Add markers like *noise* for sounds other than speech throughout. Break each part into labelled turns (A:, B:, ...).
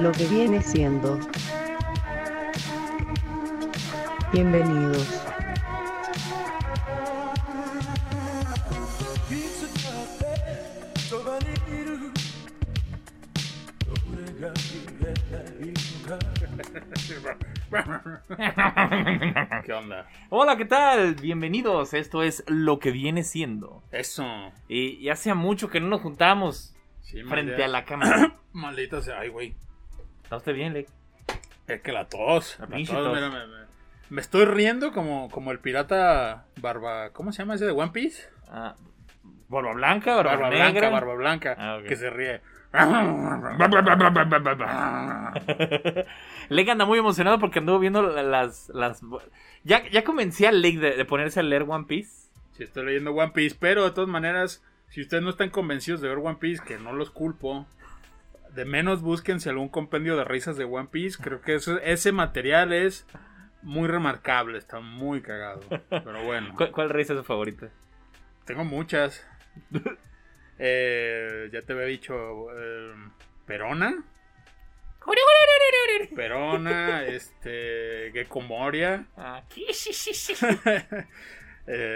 A: lo que viene siendo. Bienvenidos.
B: ¿Qué onda?
C: Hola, ¿qué tal? Bienvenidos. Esto es lo que viene siendo.
B: Eso.
C: Y, y hace mucho que no nos juntamos
B: Sí,
C: frente
B: maldita-
C: a la
B: *clears throat*
C: cámara.
B: Maldita sea. Ay, güey.
C: ¿Está usted bien, Lec?
B: Es que la tos. La
C: pinche
B: tos,
C: tos.
B: mira, me, me- me estoy riendo como, como el pirata barba. ¿Cómo se llama ese de One Piece?
C: Ah, barba blanca, barba, negra.
B: blanca, barba blanca.
C: Ah, ok.
B: Que se ríe.
C: *laughs* Lec anda muy emocionado porque anduvo viendo la- las... las... Ya, ya comencé a Lec de, de ponerse a leer One Piece.
B: Si estoy leyendo One Piece, pero de todas maneras, si ustedes no están convencidos de ver One Piece, que no los culpo. De menos búsquense algún compendio de risas de One Piece. Creo que eso- ese material es muy remarcable, está muy cagado. Pero
C: *laughs*
B: bueno.
C: ¿Cuál, cuál risa es su favorita?
B: Tengo muchas. *laughs* Eh, ya te había dicho. eh, Perona. Perona, este. Gekomoria.
C: Aquí.
B: eh,
C: Ah, A mí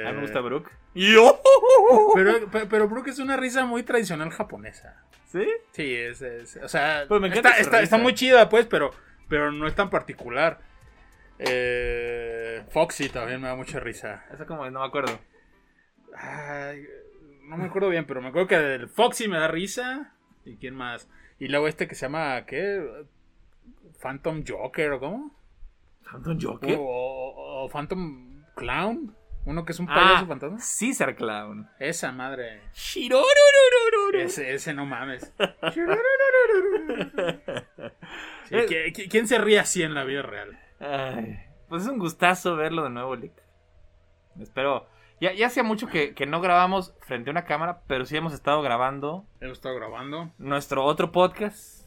C: Ah, me gusta Brooke.
B: pero, pe- pero Brook es una risa muy tradicional japonesa.
C: ¿Sí?
B: Sí, es. es- o sea,
C: Pues me encanta
B: está,
C: su
B: está-
C: risa.
B: está muy chida, pues, pero, pero no es tan particular. Eh, Foxy también me da mucha risa.
C: Esa como... No me acuerdo.
B: Ay, no me acuerdo bien, pero me acuerdo que el Foxy me da risa. ¿Y quién más? Y luego este que se llama, ¿qué? Phantom Joker o cómo?
C: ¿Phantom
B: O,
C: Joker?
B: o- o Phantom Clown. Uno que es un payaso
C: Ah,
B: fantasma.
C: Caesar Clown.
B: Esa madre.
C: Shirorororororo. *laughs*
B: Ese, ese no mames. Sí,
C: Eh,
B: ¿qui- qui- ¿Quién se ríe así en la vida real?
C: Ay, pues es un gustazo verlo de nuevo, Lick. Espero. Ya, ya hacía mucho que, que no grabamos frente a una cámara, pero sí hemos estado grabando
B: Hemos estado grabando.
C: nuestro otro podcast.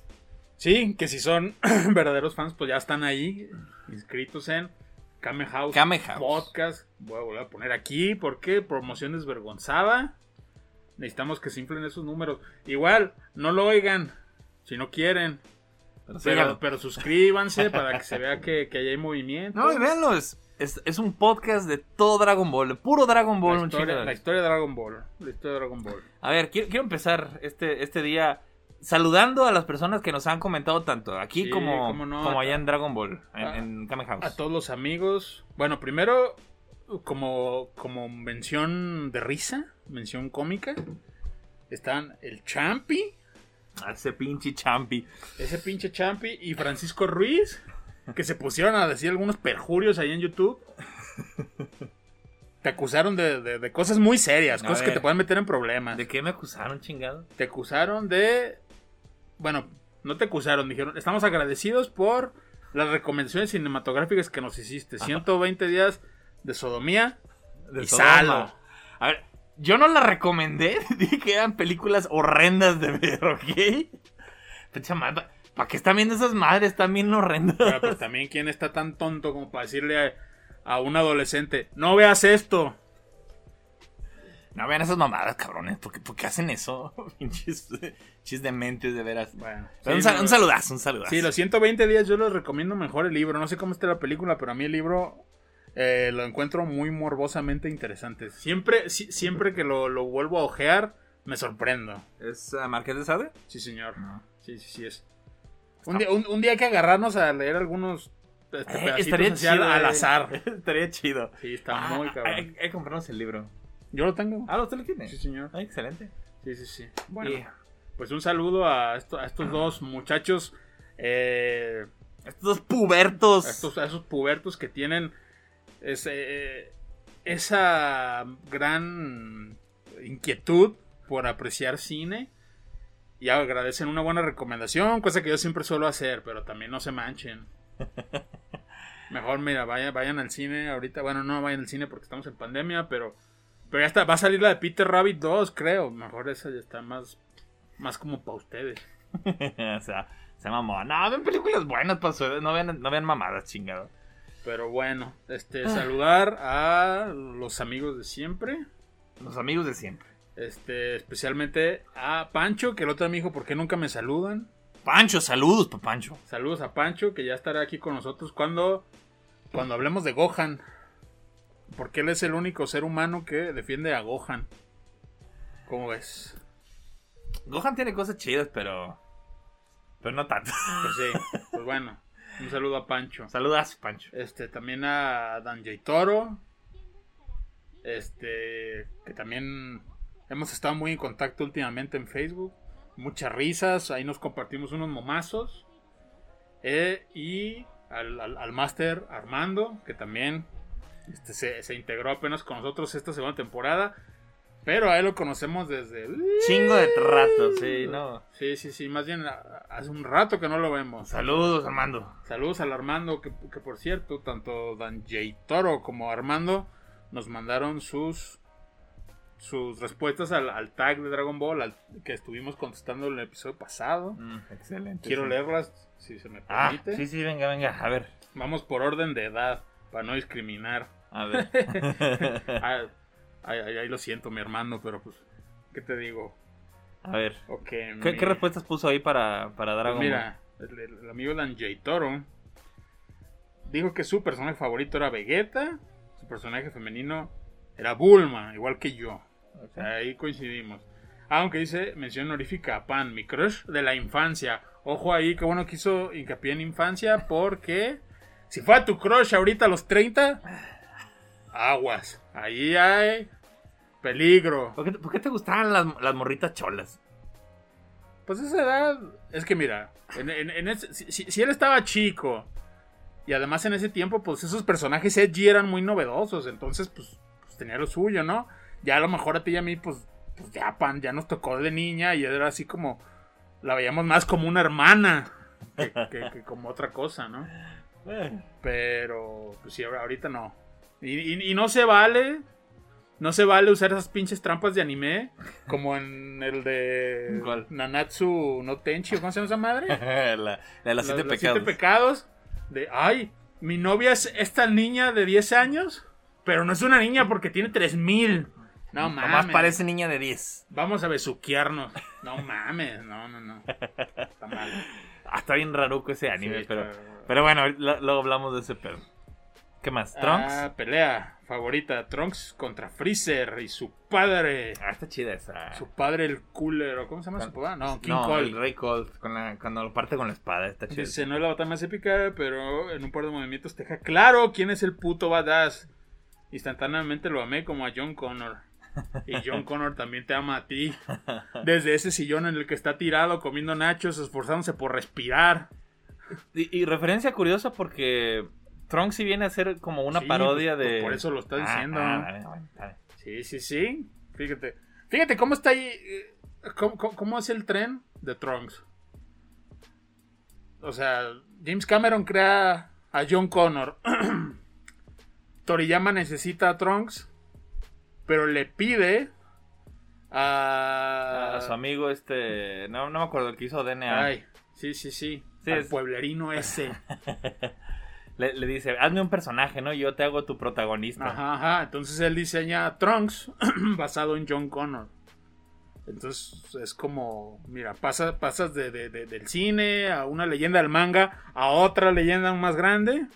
B: Sí, que si son *clears throat* verdaderos fans, pues ya están ahí inscritos en Kame House.
C: Kame House.
B: Podcast. Voy a volver a poner aquí porque promoción desvergonzada. Necesitamos que se inflen esos números. Igual, no lo oigan si no quieren.
C: Pero síganlo.
B: Pero, pero suscríbanse para que se vea que, que ahí hay movimiento.
C: No, y véanlo, es, es, es un podcast de todo Dragon Ball, de puro Dragon Ball.
B: la,
C: un chingo
B: historia,
C: de-
B: la historia de Dragon Ball. La historia de Dragon Ball.
C: A ver, quiero, quiero empezar este, este día saludando a las personas que nos han comentado tanto aquí
B: Sí,
C: como,
B: cómo no.
C: como allá en Dragon Ball, en,
B: Ah.
C: en Kame House.
B: A todos los amigos. Bueno, primero, como, como mención de risa, mención cómica, están el Champi,
C: A ese pinche champi.
B: ese pinche Champi, y Francisco Ruiz, que se pusieron a decir algunos perjurios ahí en YouTube. Te acusaron de, de- de cosas muy serias,
C: A
B: cosas que
C: ver.
B: te pueden meter en problemas.
C: ¿De qué me acusaron, chingado?
B: Te acusaron de. Bueno, no te acusaron, dijeron. Estamos agradecidos por las recomendaciones cinematográficas que nos hiciste. 120 días de sodomía.
C: de
B: Y
C: Sodoma.
B: Salo.
C: A ver, yo no la recomendé. *laughs* Dije que eran películas horrendas de ver, ¿ok? Pinche madre, ¿pa- ¿para qué están viendo esas madres tan bien horrendas?
B: Pero pues también, ¿quién está tan tonto como para decirle a, a un adolescente, no veas esto?
C: No vean esas mamadas, cabrones. ¿Por qué, por qué hacen eso? *laughs* Pinches chis de mentes, de veras.
B: Bueno,
C: Pero un,
B: sí,
C: sal-
B: no,
C: un saludazo, un saludazo.
B: Sí, los 120 días yo les recomiendo mejor el libro. No sé cómo está la película, pero a mí el libro eh, lo encuentro muy morbosamente interesante. Siempre, si- siempre que lo, lo vuelvo a ojear, me sorprendo.
C: ¿Es uh, Marqués de Sade?
B: Sí, señor. Sí, sí, sí es.
C: Ah.
B: Un día, un- un día hay que agarrarnos a leer algunos este,
C: Eh,
B: pedacitos
C: estaría
B: así al-
C: chido.
B: al *laughs*
C: eh.
B: azar.
C: estaría chido.
B: Sí, está muy
C: Ah,
B: cabrón.
C: Hay, hay que comprarnos el libro.
B: Yo lo tengo.
C: Ah, ¿usted lo tiene?
B: Sí, señor.
C: Ah, excelente.
B: Sí, sí, sí. Bueno,
C: Y
B: pues un saludo a, esto- a estos dos muchachos, eh,
C: estos dos pubertos.
B: a, estos, a esos pubertos que tienen ese, eh, esa gran inquietud por apreciar cine. Y agradecen una buena recomendación, cosa que yo siempre suelo hacer, pero también no se manchen. Mejor, mira, vayan, vayan al cine ahorita. Bueno, no vayan al cine porque estamos en pandemia, pero, pero ya está. Va a salir la de Peter Rabbit 2, creo. Mejor esa ya está más, más como para ustedes.
C: *laughs* o sea, se mamó. No, ven películas buenas para su edad, No vean, no vean mamadas, chingado.
B: Pero bueno, este, saludar a los amigos de siempre.
C: Los amigos de siempre.
B: Este, especialmente a Pancho, que el otro me dijo, ¿por qué nunca me saludan?
C: Pancho, saludos, pa Pancho.
B: Saludos a Pancho, que ya estará aquí con nosotros cuando, cuando hablemos de Gohan. Porque él es el único ser humano que defiende a Gohan. ¿Cómo ves?
C: Gohan tiene cosas chidas, pero. Pero no tanto. *laughs*
B: Pues sí, pues bueno. Un saludo a Pancho.
C: Saludas, Pancho.
B: Este, también a Danjay Toro. Este, que también hemos estado muy en contacto últimamente en Facebook. Muchas risas, ahí nos compartimos unos momazos. Eh, y al, al, al máster Armando, que también este, se, se integró apenas con nosotros esta segunda temporada. Pero a él lo conocemos desde...
C: Chingo de rato, sí, no.
B: Sí, sí, sí, más bien a- hace un rato que no lo vemos.
C: Saludos, Armando.
B: Saludos al Armando, que, que por cierto, tanto Dan J. Toro como Armando nos mandaron sus sus respuestas al, al tag de Dragon Ball al- que estuvimos contestando en el episodio pasado.
C: Mm, excelente.
B: Quiero
C: sí.
B: leerlas, si se me
C: Ah,
B: permite.
C: sí, sí, venga, venga, a ver.
B: Vamos por orden de edad, para no discriminar.
C: A ver.
B: *laughs* Ah, ay, ay, ay, lo siento, mi hermano, pero pues, ¿qué te digo?
C: a ver.
B: Ok,
C: ¿Qué,
B: mi-
C: qué respuestas puso ahí para, para Dragon
B: Mm, Pues mira, el, el- el amigo Dan J. Toro dijo que su personaje favorito era Vegeta, su personaje femenino era Bulma, igual que yo.
C: Ball?
B: O sea, ahí coincidimos. Aunque dice mención honorífica a Pan, mi crush de la infancia. Ojo ahí, que bueno que hizo hincapié en infancia, porque si fuera tu crush ahorita a los 30, aguas. Ahí hay peligro.
C: ¿Por, qué, por qué te gustaban las, las morritas cholas?
B: Pues esa edad. Es que mira, en, en- en ese- si, si- si él estaba chico y además en ese tiempo, pues esos personajes edgy eran muy novedosos, entonces pues, pues, tenía lo suyo, ¿no? Ya a lo mejor a ti y a mí, pues, pues ya pan, ya nos tocó de niña y era así como. La veíamos más como una hermana que, que- que como otra cosa, ¿no? eh. Pero, pues sí, ahor- ahorita no. Y, y- y no se vale. No se vale usar esas pinches trampas de anime. Como en el de
C: ¿Cuál?
B: Nanatsu no Tenchi. ¿o ¿Cómo se llama esa madre?
C: *laughs* la, *laughs* la de los siete
B: Los- los
C: pecados.
B: siete pecados. De, ay, mi novia es esta niña de 10 años. Pero no es una niña porque tiene 3000. No
C: Nomás
B: mames.
C: parece niña de 10.
B: Vamos a besuquearnos. No mames. No, no, no. Está mal.
C: Ah, está bien raruco ese *laughs* anime,
B: Sí,
C: pero,
B: está-
C: pero bueno, lo- luego hablamos de ese pedo. ¿Qué más? ¿Trunks?
B: Ah, pelea favorita. Trunks contra Freezer y su padre.
C: Ah, está chida esa.
B: Su padre el cooler. ¿o ¿Cómo se llama su papá? No, King
C: no,
B: Cole.
C: el Rey Colt, con la- cuando lo parte con la espada, está chido.
B: Dice, no es la batalla más épica, pero en un par de movimientos te deja claro quién es el puto badass. Instantáneamente lo amé como a John Connor. Y
C: *laughs*
B: John Connor también te ama a ti. Desde ese sillón en el que está tirado comiendo nachos, esforzándose por respirar.
C: Y, y referencia curiosa porque Trunks sí viene a ser como una
B: Sí,
C: parodia
B: pues,
C: de...
B: Por eso lo está
C: Ah,
B: diciendo.
C: ah, vale, vale, vale.
B: Sí, sí, sí. Fíjate. Fíjate cómo está ahí. eh, ¿Cómo, cómo- cómo es el tren de Trunks? O sea, James Cameron crea a John Connor. *clears throat* Toriyama necesita a Trunks. Pero le pide a.
C: A su amigo este... No, no me acuerdo, el que hizo DNA.
B: Ah. Ay, sí, sí, sí.
C: Sí,
B: al
C: es-
B: pueblerino ese.
C: Le, le dice, hazme un personaje, ¿no? Yo te hago tu protagonista.
B: Ajá, ajá. Entonces él diseña a Trunks *clears throat* basado en John Connor. Entonces es como, mira, pasa, pasas de, de- de- del cine a una leyenda del manga a otra leyenda aún más grande.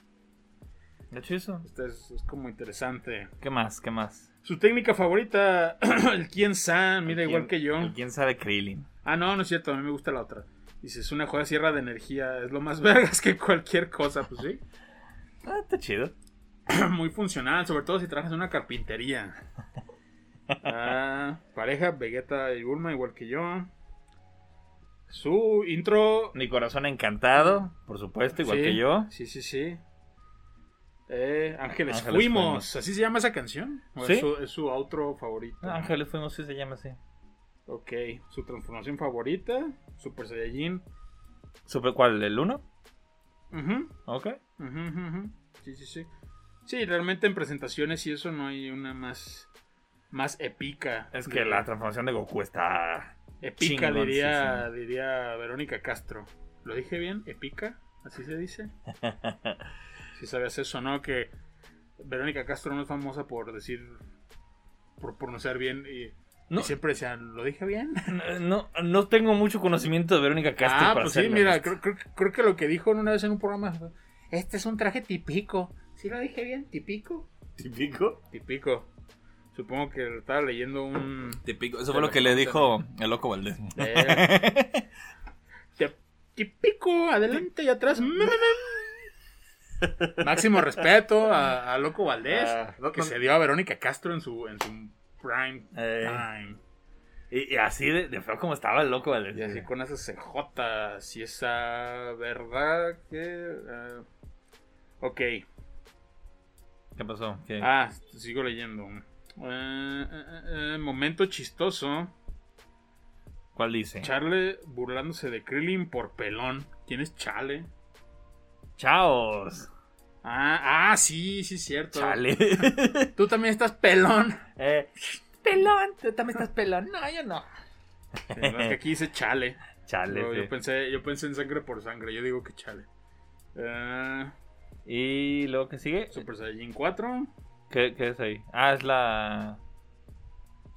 C: De hecho, eso.
B: Este es, es como interesante.
C: ¿Qué más? ¿Qué más?
B: Su técnica favorita, *clears throat* el Kien San, mira,
C: ¿Quién-
B: igual que yo.
C: el ¿Quién sabe Krillin?
B: Ah, no, no es cierto, a mí me gusta la otra. Dice, es una joya sierra de energía, es lo más *laughs* vergas que cualquier cosa, pues sí.
C: Ah, está chido.
B: muy funcional, sobre todo si trabajas en una carpintería. Ah, pareja, Vegeta y Bulma, igual que yo. Su intro.
C: Mi corazón encantado, por supuesto, igual
B: Sí,
C: que yo.
B: Sí, sí, sí. Eh, Ángeles,
C: Ángeles
B: fuimos.
C: Fuimos.
B: ¿Así se llama esa canción? ¿O
C: Sí.
B: Es, su, es su outro favorito.
C: Ah, Ángeles fuimos, sí se llama así.
B: Ok. Su transformación favorita. Super Saiyajin.
C: ¿Super cuál? ¿El 1?
B: Ujú,
C: Ok.
B: ujú, ujú, ujú. Sí, sí, sí. Sí, realmente en presentaciones y eso no hay una más. Más épica.
C: Es que
B: De-
C: la transformación de Goku está.
B: Epica,
C: Chingón,
B: diría, diría Verónica Castro. ¿Lo dije bien? ¿Epica? ¿Así se
C: *laughs*
B: dice? Si sabías eso, ¿no? Que Verónica Castro no es famosa por decir, por pronunciar bien y No.
C: No.
B: Y siempre decían, ¿lo dije bien?
C: No, no tengo mucho conocimiento de Verónica Castro.
B: ah,
C: para
B: pues sí,
C: serle
B: mira,
C: honesto.
B: creo, creo- creo que lo que dijo una vez en un programa fue, este es un traje típico. ¿Sí lo dije bien? ¿Típico?
C: ¿Típico?
B: Típico. Supongo que estaba leyendo un...
C: Típico.
B: Te
C: Eso fue lo
B: lo
C: que le
B: conocen.
C: dijo el loco Valdés.
B: eh, *laughs* te- típico, adelante y atrás. Mm, mm, mm. Máximo respeto a, a Loco Valdés,
C: Ah, no-
B: que
C: no-
B: se dio a Verónica Castro en su, en su prime
C: Eh.
B: time.
C: y, y así de, de feo como estaba el loco Valdés.
B: Y así con esas CJ, y esa verdad que... eh, ok.
C: ¿Qué pasó? ¿Qué?
B: Ah, sigo leyendo. Eh, eh, eh, momento chistoso.
C: ¿Cuál dice?
B: Charle burlándose de Krillin por pelón. ¿Quién es Chale?
C: Chaos.
B: Ah, ah, sí, sí, cierto.
C: *laughs* Chale.
B: Tú también estás pelón.
C: Eh, pelón. Tú también estás pelón. No, yo no.
B: La verdad es que aquí dice Chale.
C: Chale.
B: Yo, yo
C: sí.
B: pensé, yo pensé en sangre por sangre. Yo digo que Chale. Eh,
C: Y luego que sigue.
B: Super Saiyajin 4.
C: ¿Qué, qué es ahí? Ah, es la.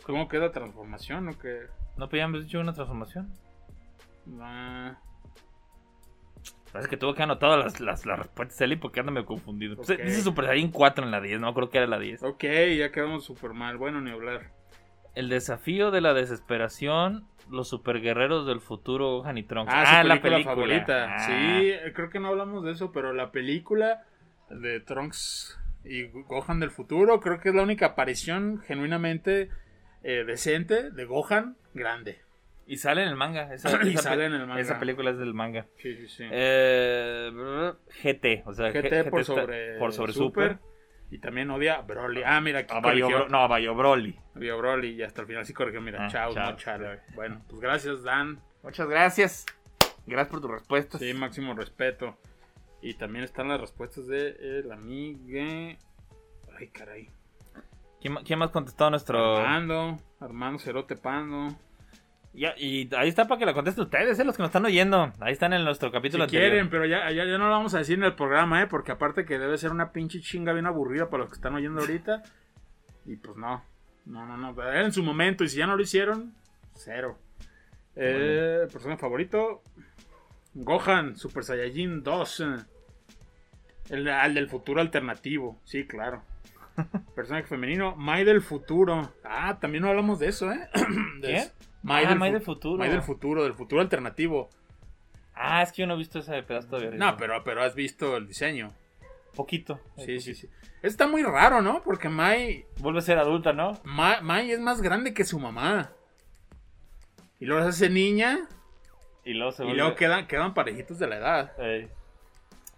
B: ¿Cómo queda transformación o qué?
C: ¿No habíamos hecho una transformación?
B: Ah,
C: Parece que tuvo que anotar las, las, las respuestas Eli porque anda medio confundido. Pues,
B: Ok.
C: Dice Super Saiyan 4 en la 10, no creo que era la 10.
B: ok, ya quedamos súper mal. Bueno, ni hablar.
C: El desafío de la desesperación, los superguerreros del futuro, Gohan y Trunks.
B: Ah, su película favorita.
C: Ah.
B: Sí, eh, creo que no hablamos de eso, pero la película de Trunks y Go- Gohan del futuro, creo que es la única aparición genuinamente eh, decente de Gohan grande.
C: Y sale en el manga. *clears throat* Esa,
B: *clears throat* y
C: esa
B: sale
C: pe-
B: en el manga.
C: esa película es del manga.
B: Sí, sí, sí.
C: Eh, GT, o sea,
B: GT, por
C: está-
B: sobre,
C: por sobre Super.
B: Y también odia a Broly. Ah, mira, aquí
C: A Bayo
B: corrigió.
C: Bro- no, a Bayo Broly.
B: Odia a Broly y hasta el final sí corrigió. Mira,
C: Ah,
B: chao,
C: chao.
B: no chale. Bueno, pues gracias, Dan.
C: Muchas gracias. Gracias por tus
B: *laughs*
C: respuestas.
B: Sí, máximo respeto. Y también están las respuestas de el amigue. Ay, caray.
C: ¿Quién, ma- quién más contestó nuestro.?
B: Armando, Armando Cerote Pando.
C: Ya, y ahí está para que la contesten ustedes, eh, los que nos están oyendo. Ahí están en nuestro
B: Si
C: capítulo anterior.
B: quieren, pero ya, ya, ya no lo vamos a decir en el programa, ¿eh? Porque aparte que debe ser una pinche chinga bien aburrida para los que están oyendo ahorita. Y pues no. No, no, no. Era en su momento. Y si ya no lo hicieron, cero. Eh, persona favorito. Gohan, Super Saiyajin 2. eh. El, al del futuro alternativo. Sí,
C: *laughs*
B: claro. Personaje femenino. Mai del futuro. Ah, también no hablamos de eso, ¿eh? *clears throat* De-
C: ¿Qué?
B: Mai
C: ah,
B: del
C: May
B: fu-
C: del futuro.
B: Mai del futuro, del futuro alternativo.
C: Ah, es que yo no he visto ese pedazo todavía.
B: No, pero, pero has visto el diseño.
C: Poquito.
B: Sí, sí, sí. Está muy raro, ¿no? Porque Mai,
C: Vuelve a ser adulta, ¿no?
B: Mai, Mai es más grande que su mamá. Y luego se hace niña.
C: Y luego se
B: Y
C: vuelve-
B: luego quedan, quedan parejitos de la edad.
C: Ey.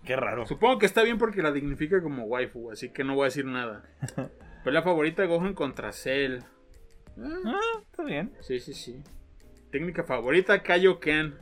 C: Qué raro.
B: Supongo que está bien porque la dignifica como waifu. Así que no voy a decir nada. Pelea favorita Gohan contra Cell. Ah,
C: Ah, está bien.
B: Sí, sí, sí. Técnica favorita Kaioken.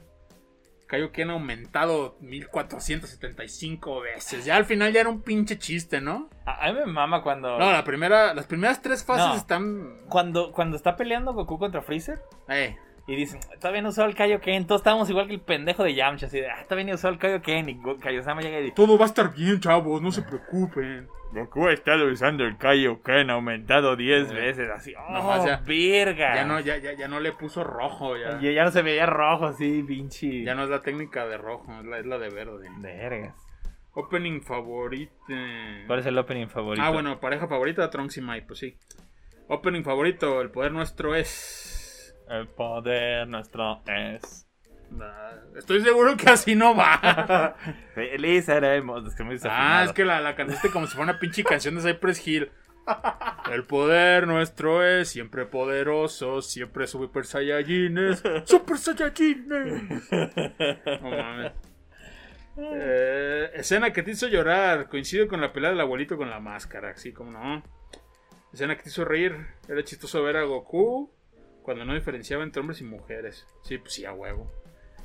B: Kaioken aumentado 1475 veces. Ya al final ya era un pinche chiste, ¿no?
C: A, a mí me mama cuando.
B: No, la primera, las primeras tres fases
C: No.
B: están.
C: Cuando, cuando está peleando Goku contra Freezer
B: Eh,
C: y dicen, todavía no usó el Kaioken, todos estábamos igual que el pendejo de Yamcha, así de, ah, todavía no usó el Kaioken, y Go- Kaiosama llega y dice,
B: todo va a estar bien, chavos, no se preocupen.
C: Goku ha estado usando el Kaioken aumentado 10
B: Eh.
C: veces, así, oh,
B: Nomás ya-
C: verga.
B: Ya no, ya, ya, ya no le puso rojo, ya.
C: Y ya no se veía rojo, así, pinche.
B: Ya no es la técnica de rojo, es la, es la de verde.
C: Vergas.
B: Opening favorita.
C: ¿Cuál es el opening favorito?
B: Ah, bueno, pareja favorita, Trunks y Mai, pues sí. Opening favorito, el poder nuestro es.
C: El poder nuestro es.
B: Ah, Estoy seguro que así no
C: *laughs*
B: va.
C: Feliz seremos. Es que muy
B: ah,
C: desafinado.
B: es que la, la cantaste como si fuera una pinche canción de Cypress Hill. El poder nuestro es siempre poderoso, siempre Super Saiyajines. Super Saiyajines.
C: *laughs*
B: No mames. Eh, escena que te hizo llorar. Coincido con la pelea del abuelito con la máscara. Sí, como no. Escena que te hizo reír. Era chistoso ver a Goku cuando no diferenciaba entre hombres y mujeres. Sí, pues sí, a huevo.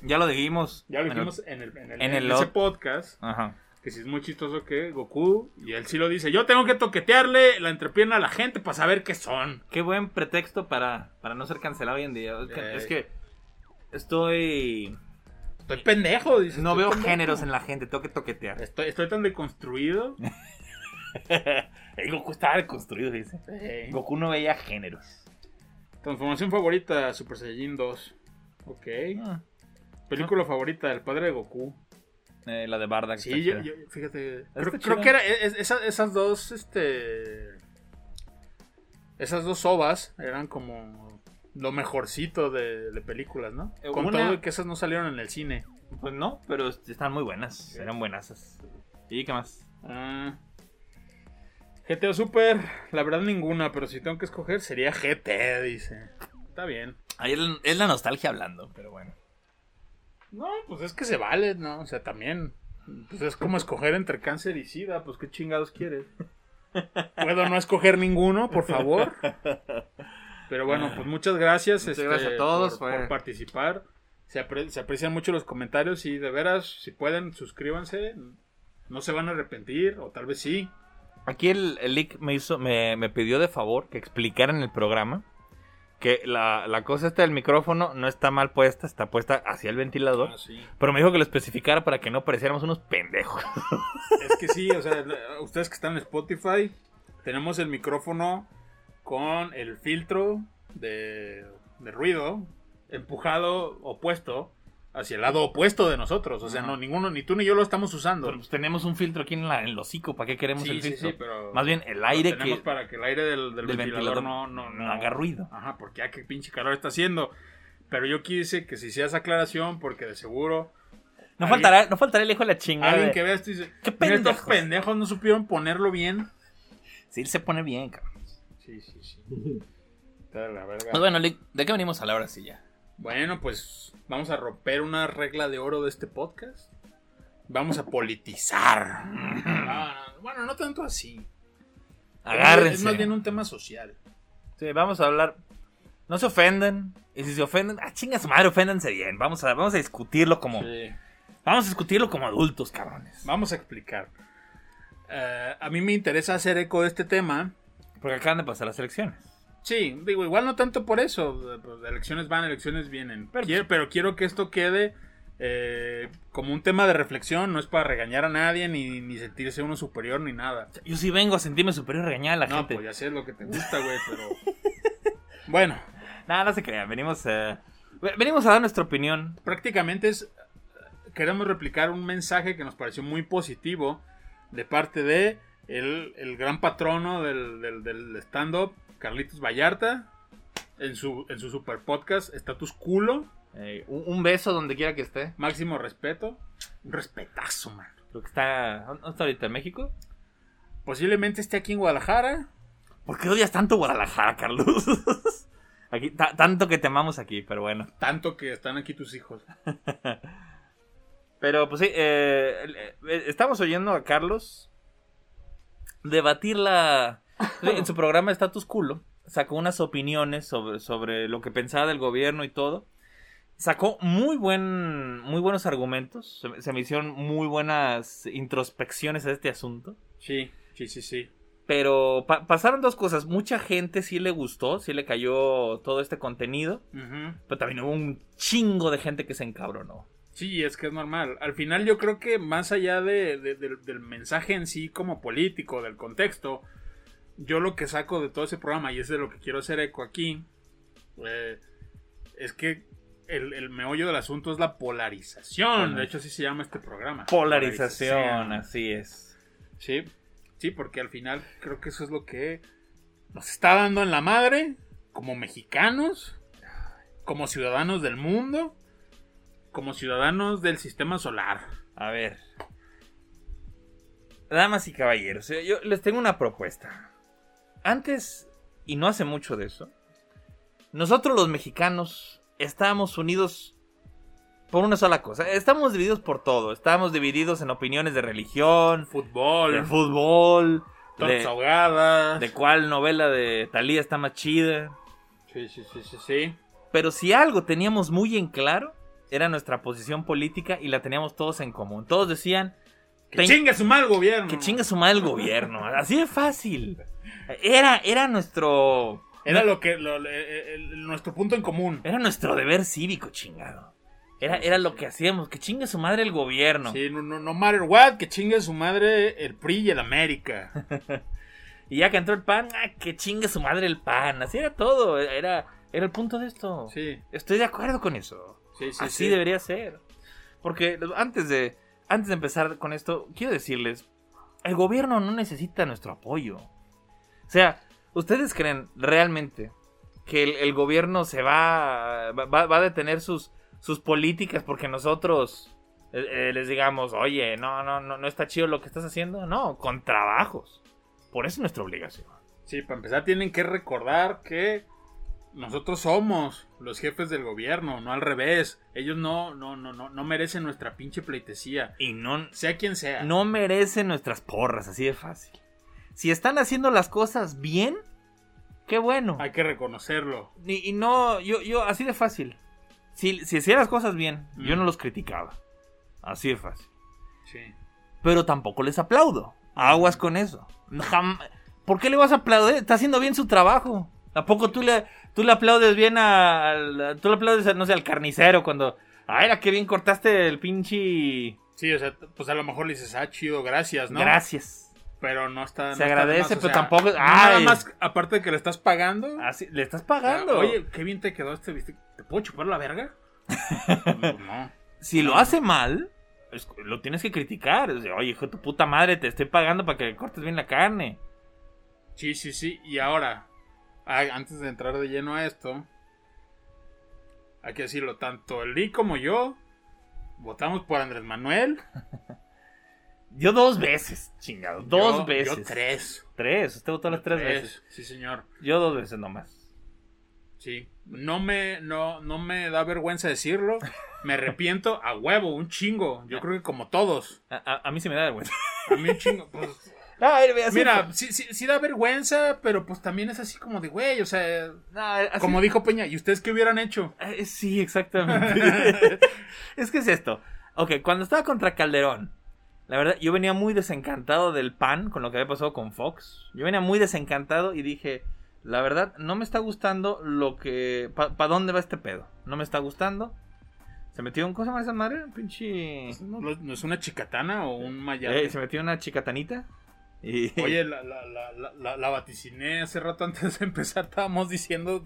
C: Ya lo dijimos.
B: Ya lo
C: Bueno,
B: dijimos en el, en el-
C: en
B: en
C: el
B: ese
C: ot-
B: podcast.
C: Ajá.
B: Que sí es muy chistoso que Goku, y él sí lo dice, yo tengo que toquetearle la entrepierna a la gente para saber qué son.
C: Qué buen pretexto para, para no ser cancelado hoy en día. Es
B: Ey.
C: que, es que estoy.
B: Estoy pendejo, dice.
C: No
B: estoy
C: veo
B: pendejo.
C: géneros en la gente, tengo
B: *laughs*
C: que toquetear.
B: Estoy, estoy tan deconstruido.
C: Goku estaba reconstruido, dice.
B: Eh,
C: Goku no veía géneros.
B: Transformación favorita, Super Saiyajin 2. Ok.
C: Ah,
B: Película favorita, El Padre de Goku.
C: Eh, la de Barda.
B: Sí, yo, yo- fíjate. Creo,
C: Está
B: creo
C: chida.
B: que era e, es- esa- esas dos, este. Esas dos ovas eran como lo mejorcito de, de películas, ¿no?
C: Eh,
B: Con
C: una-
B: todo y que esas no salieron en el cine.
C: Pues no, pero están muy buenas. Eran buenasas. ¿Y qué más?
B: Ah. GTA Super, la verdad ninguna, pero si tengo que escoger sería GT, dice. Está bien.
C: Ahí es la- es la nostalgia hablando, pero bueno.
B: No, pues es que se vale, ¿no? O sea, también. Pues es como escoger entre cáncer y sida, pues qué chingados quieres. Puedo no escoger ninguno, por favor. Pero bueno, pues muchas gracias.
D: Muchas gracias a todos,
B: por,
D: fue-
B: por participar. Se, apre- se aprecian mucho los comentarios y de veras, si pueden, suscríbanse. No se van a arrepentir, o tal vez sí.
C: Aquí el, el Lick me hizo, me, me pidió de favor que explicara en el programa que la, la cosa esta del micrófono no está mal puesta, está puesta hacia el ventilador.
B: Ah, sí.
C: Pero me dijo que lo especificara para que no pareciéramos unos *laughs* pendejos.
B: Es que sí, o sea, ustedes que están en Spotify, tenemos el micrófono con el filtro de, de ruido empujado opuesto hacia el lado opuesto de nosotros. O sea,
D: Ajá.
B: no, ninguno, ni tú ni yo lo estamos usando.
C: Pero pues tenemos un filtro aquí en, la, en el hocico, ¿para qué queremos
B: sí,
C: el
B: sí,
C: filtro?
B: sí, pero.
C: Más bien el
B: pero
C: aire
B: tenemos
C: que
B: para que el aire del, del
C: del
B: ventilador,
C: ventilador
B: no, no, no.
C: no haga ruido.
B: Ajá, porque ya qué pinche calor está haciendo. Pero yo quise que se hiciera esa aclaración porque de seguro
C: No
B: Alguien-
C: faltará, no faltará el hijo de la chingada.
B: alguien
C: de-
B: que vea esto dice,
C: ¡Qué
B: "Mira, estos
C: pendejos!
B: pendejos no supieron ponerlo bien.
C: Sí, él se pone bien, cabrón.
B: Sí, sí, sí. Está de la verga.
C: Pues bueno, Lick, ¿de qué venimos a la hora sí ya?
B: Bueno, pues vamos a romper una regla de oro de este podcast. Vamos a politizar. Ah, bueno, no tanto así.
C: Agárrense.
B: Es más bien un tema social.
C: Sí, vamos a hablar. No se ofenden. Y si se ofenden, ah, chinga su madre, oféndanse bien. Vamos a, vamos a discutirlo como. Vamos a discutirlo como adultos, cabrones.
B: Vamos a explicar. Eh, a mí me interesa hacer eco de este tema.
C: Porque acaban de pasar las elecciones.
B: Sí, digo, igual no tanto por eso. pues, Elecciones van, elecciones vienen.
C: Pero-
B: Quiero- Pero pues, quiero, que esto quede eh, como un tema de reflexión. No es para regañar a nadie ni, ni sentirse uno superior ni nada.
C: Yo sí vengo a sentirme superior y regañar a la
B: no,
C: gente.
B: pues ya sé lo que te gusta, güey, pero. *laughs* bueno,
C: Nada, no se crean. Venimos a. Venimos a dar nuestra opinión.
B: prácticamente es. Queremos replicar un mensaje que nos pareció muy positivo de parte de el, el gran patrono del, del- del stand-up, Carlitos Vallarta, en su, en su super podcast, Status Culo,
C: Eh, un, un beso donde quiera que esté.
B: Máximo Respeto. Un respetazo, man.
C: Creo que está. ¿Dónde está ahorita? ¿En México?
B: Posiblemente esté aquí en Guadalajara.
C: ¿Por qué odias tanto Guadalajara, Carlos? *laughs* aquí, ta- tanto que te amamos aquí, pero bueno.
B: Tanto que están aquí tus hijos.
C: Pero pues sí, eh, el- eh, estamos oyendo a Carlos debatir la... En su programa Status Culo sacó unas opiniones sobre, sobre lo que pensaba del gobierno y todo. Sacó muy, buen, muy buenos argumentos, se, me- se me hicieron muy buenas introspecciones a este asunto.
B: Sí, sí, sí, sí.
C: Pero pa- pasaron dos cosas, mucha gente sí le gustó, sí le cayó todo este contenido,
B: Ujú.
C: pero también hubo un chingo de gente que se encabronó.
B: Sí, es que es normal. Al final yo creo que más allá de- de- del- del mensaje en sí como político, del contexto, yo lo que saco de todo ese programa, y es de lo que quiero hacer eco aquí, eh, es que el, el meollo del asunto es la polarización. De hecho, así se llama este programa.
C: Polarización, así es.
B: Sí, sí, porque al final creo que eso es lo que nos está dando en la madre como mexicanos, como ciudadanos del mundo, como ciudadanos del sistema solar.
C: A ver. Damas y caballeros, eh, yo les tengo una propuesta. Antes, y no hace mucho de eso, nosotros los mexicanos estábamos unidos por una sola cosa. Estamos divididos por todo. Estábamos divididos en opiniones de religión, de
B: Fútbol,
C: fútbol,
B: tortas
C: de,
B: ahogadas.
C: de cuál novela de Talía está más chida.
B: Sí, sí, sí, sí, sí.
C: Pero si algo teníamos muy en claro, era nuestra posición política y la teníamos todos en común. Todos decían,
B: Que
C: Ten-
B: chingue su mal gobierno.
C: Que chinga su madre el gobierno. Así de fácil. Era, era nuestro.
B: Era lo que lo- el- el- nuestro punto en común.
C: Era nuestro deber cívico, chingado. Era, era lo que hacíamos. Que chinga su madre el gobierno.
B: Sí, no, no, no matter what, que chingue su madre el PRI y el América.
C: *laughs* Y ya que entró el pan, ah, que chinga su madre el pan. Así era todo. Era. Era el punto de esto.
B: Sí,
C: Estoy de acuerdo con eso.
B: sí, sí.
C: Así
B: sí.
C: debería ser. Porque antes de, antes de empezar con esto, quiero decirles, el gobierno no necesita nuestro apoyo. O sea, ¿ustedes creen realmente que el, el gobierno se va, va, va a detener sus, sus políticas porque nosotros eh, eh, les digamos, oye, no, no, no, no está chido lo que estás haciendo? No, con trabajos. Por eso es nuestra obligación.
B: Sí, para empezar tienen que recordar que nosotros somos los jefes del gobierno, no al revés. Ellos no, no, no, no, no merecen nuestra pinche pleitesía.
C: Y no,
B: Sea quien sea.
C: no merecen nuestras porras, así de fácil. Si están haciendo las cosas bien, qué bueno.
B: Hay que reconocerlo.
C: Y, y no, yo, yo, así de fácil. Si, si hacía las cosas bien,
B: Mm.
C: yo no los criticaba. Así de fácil.
B: Sí.
C: Pero tampoco les aplaudo. Aguas con eso. Jam- ¿Por qué le vas a aplaudir? Está haciendo bien su trabajo. ¿A poco tú le, tú le aplaudes bien a- al... Tú le aplaudes, no sé, al carnicero cuando... Ay, era que bien cortaste el pinche...
B: Sí, o sea, pues a lo mejor le dices, ah, chido, gracias, ¿no?
C: Gracias.
B: Pero no está. no
C: Se
B: está de
C: agradece,
B: más, o sea,
C: pero tampoco-
B: Nada
C: ¡Ay! Ah,
B: más, aparte de que le estás pagando.
C: Así, le estás
B: o sea,
C: pagando.
B: Oye, qué bien te quedó este bistec. ¿Te puedo chupar la
C: *laughs*
B: verga? Pues no.
C: si lo hace mal, es- lo tienes que criticar. O sea, Oye, hijo de tu puta madre, te estoy pagando para que cortes bien la carne.
B: Sí, sí, sí. Y ahora, a- antes de entrar de lleno a esto, hay que decirlo, tanto el Lee como yo votamos por Andrés Manuel.
C: Yo dos veces, chingado. Dos
B: Yo-
C: veces.
B: Yo tres.
C: Tres, usted votó las tres, veces.
B: Sí, señor.
C: Yo dos veces nomás.
B: Sí. No me, no, no me da vergüenza decirlo. Me arrepiento a huevo, un chingo. Yo creo que como todos.
C: A, a- a mí se me da vergüenza.
B: A mí un chingo. pues,
C: *laughs* Mira,
B: mira, sí, sí, sí da vergüenza, pero pues también es así como de güey. O sea, como
C: como
B: dijo Peña, ¿y ustedes qué hubieran
C: *laughs*
B: hecho?
C: eh, Sí, exactamente. *laughs* es que es esto. Ok, cuando estaba contra Calderón, la verdad, yo venía muy desencantado del PAN con lo que había pasado con Fox. Yo venía muy desencantado y dije, la verdad, no me está gustando lo que... ¿Para dónde va este pedo? No me está gustando. Se metió un cosa más esa madre, pinche...
B: Pues ¿No, no es una chicatana o un mayate?
C: Eh, se metió una chicatanita. Y...
B: Oye, la, la, la, la, la- la vaticiné hace rato antes de *laughs* empezar. Estábamos diciendo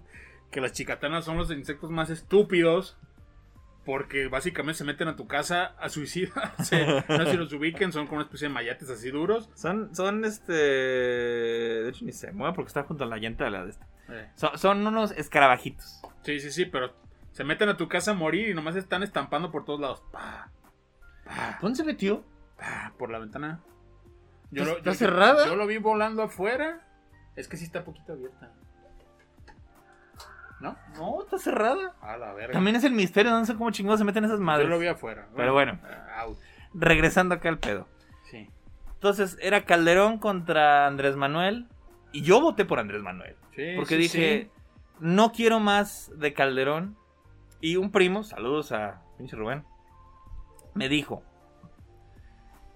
B: que las chicatanas son los insectos más estúpidos. Porque básicamente se meten a tu casa a suicidarse.
C: *laughs*
B: No sé si los ubiquen, son como una especie de mayates así duros.
C: *laughs* Son, son este... De hecho, ni se mueve porque está junto a la llanta de la de esta.
B: Eh,
C: Son, son unos escarabajitos.
B: Sí, sí, sí, pero se meten a tu casa a morir y nomás están estampando por todos lados. Pa, pa,
C: ¿Dónde se metió?
B: pa, por la ventana.
C: ¿Está cerrada?
B: Yo lo vi volando afuera. Es que sí está poquito abierta. ¿No?
C: No, está cerrada.
B: A la verga.
C: También es el misterio, no sé cómo chingados se meten esas madres.
B: Yo lo vi afuera.
C: Pero bueno.
B: ah, ouch.
C: Regresando acá al pedo.
B: Sí,
C: Entonces, era Calderón contra Andrés Manuel. Y yo voté por Andrés Manuel.
B: sí,
C: Porque
B: sí,
C: dije, no quiero más de Calderón. Y un primo, saludos a pinche Rubén, me dijo,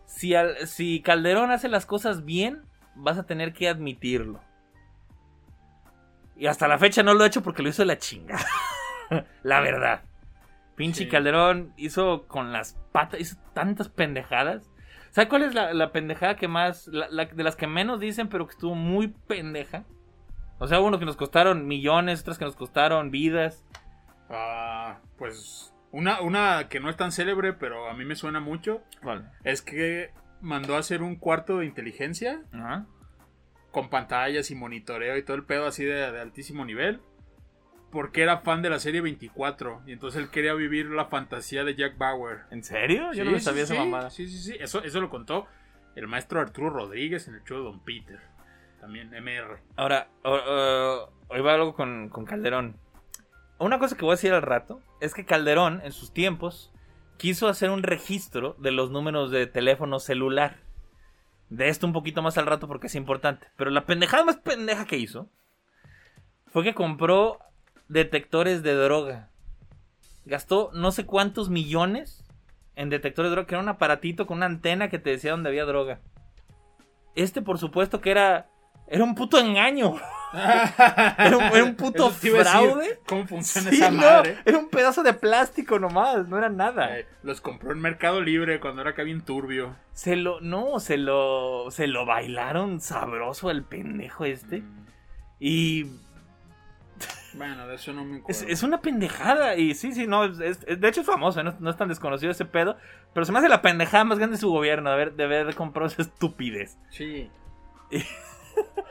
C: si, al- si Calderón hace las cosas bien, vas a tener que admitirlo. Y hasta la fecha no lo he hecho porque lo hizo la chinga. *laughs* la verdad. Pinche
B: Sí.
C: Calderón hizo con las patas, hizo tantas pendejadas. ¿Sabes cuál es la, la pendejada que más, la- la- de las que menos dicen, pero que estuvo muy pendeja? O sea, hubo unos que nos costaron millones, otras que nos costaron vidas.
B: sí. Ah, pues una, una que no es tan célebre, pero a mí me suena mucho, es que mandó a hacer un cuarto de inteligencia
C: Ajá.
B: con pantallas y monitoreo y todo el pedo así de, de altísimo nivel. Porque era fan de la serie 24 y entonces él quería vivir la fantasía de Jack Bauer.
C: ¿En serio? Yo
B: Sí,
C: no me
B: sí,
C: sabía
B: sí,
C: esa mamada.
B: Sí, sí, sí. Eso, eso lo contó el maestro Arturo Rodríguez en el show de Don Peter. También MR.
C: Ahora, o- o- hoy va algo con, con Calderón. Una cosa que voy a decir al rato es que Calderón, en sus tiempos, quiso hacer un registro de los números de teléfono celular. De esto un poquito más al rato porque es importante. Pero la pendejada más pendeja que hizo fue que compró detectores de droga. Gastó no sé cuántos millones en detectores de droga, que era un aparatito con una antena que te decía dónde había droga. Este, por supuesto, que era. Era un puto
B: *laughs*
C: engaño.
B: era,
C: un- era un puto fraude.
B: ¿Cómo funciona
C: Sí,
B: esa
C: no,
B: madre?
C: era un pedazo de plástico nomás, no era nada.
B: Eh, los compró en Mercado Libre cuando era acá bien turbio.
C: Se lo, no, se lo, se lo bailaron sabroso al pendejo este.
B: Mm.
C: Y
B: Bueno, de eso no me
C: Es,
B: acuerdo.
C: es una pendejada. Y sí, sí, no. es- es- es- de hecho, es famoso. ¿eh? No, no es tan desconocido ese pedo. Pero se me hace la pendejada más grande de su gobierno. De haber, de haber comprado esa estupidez.
B: Sí.
C: *laughs*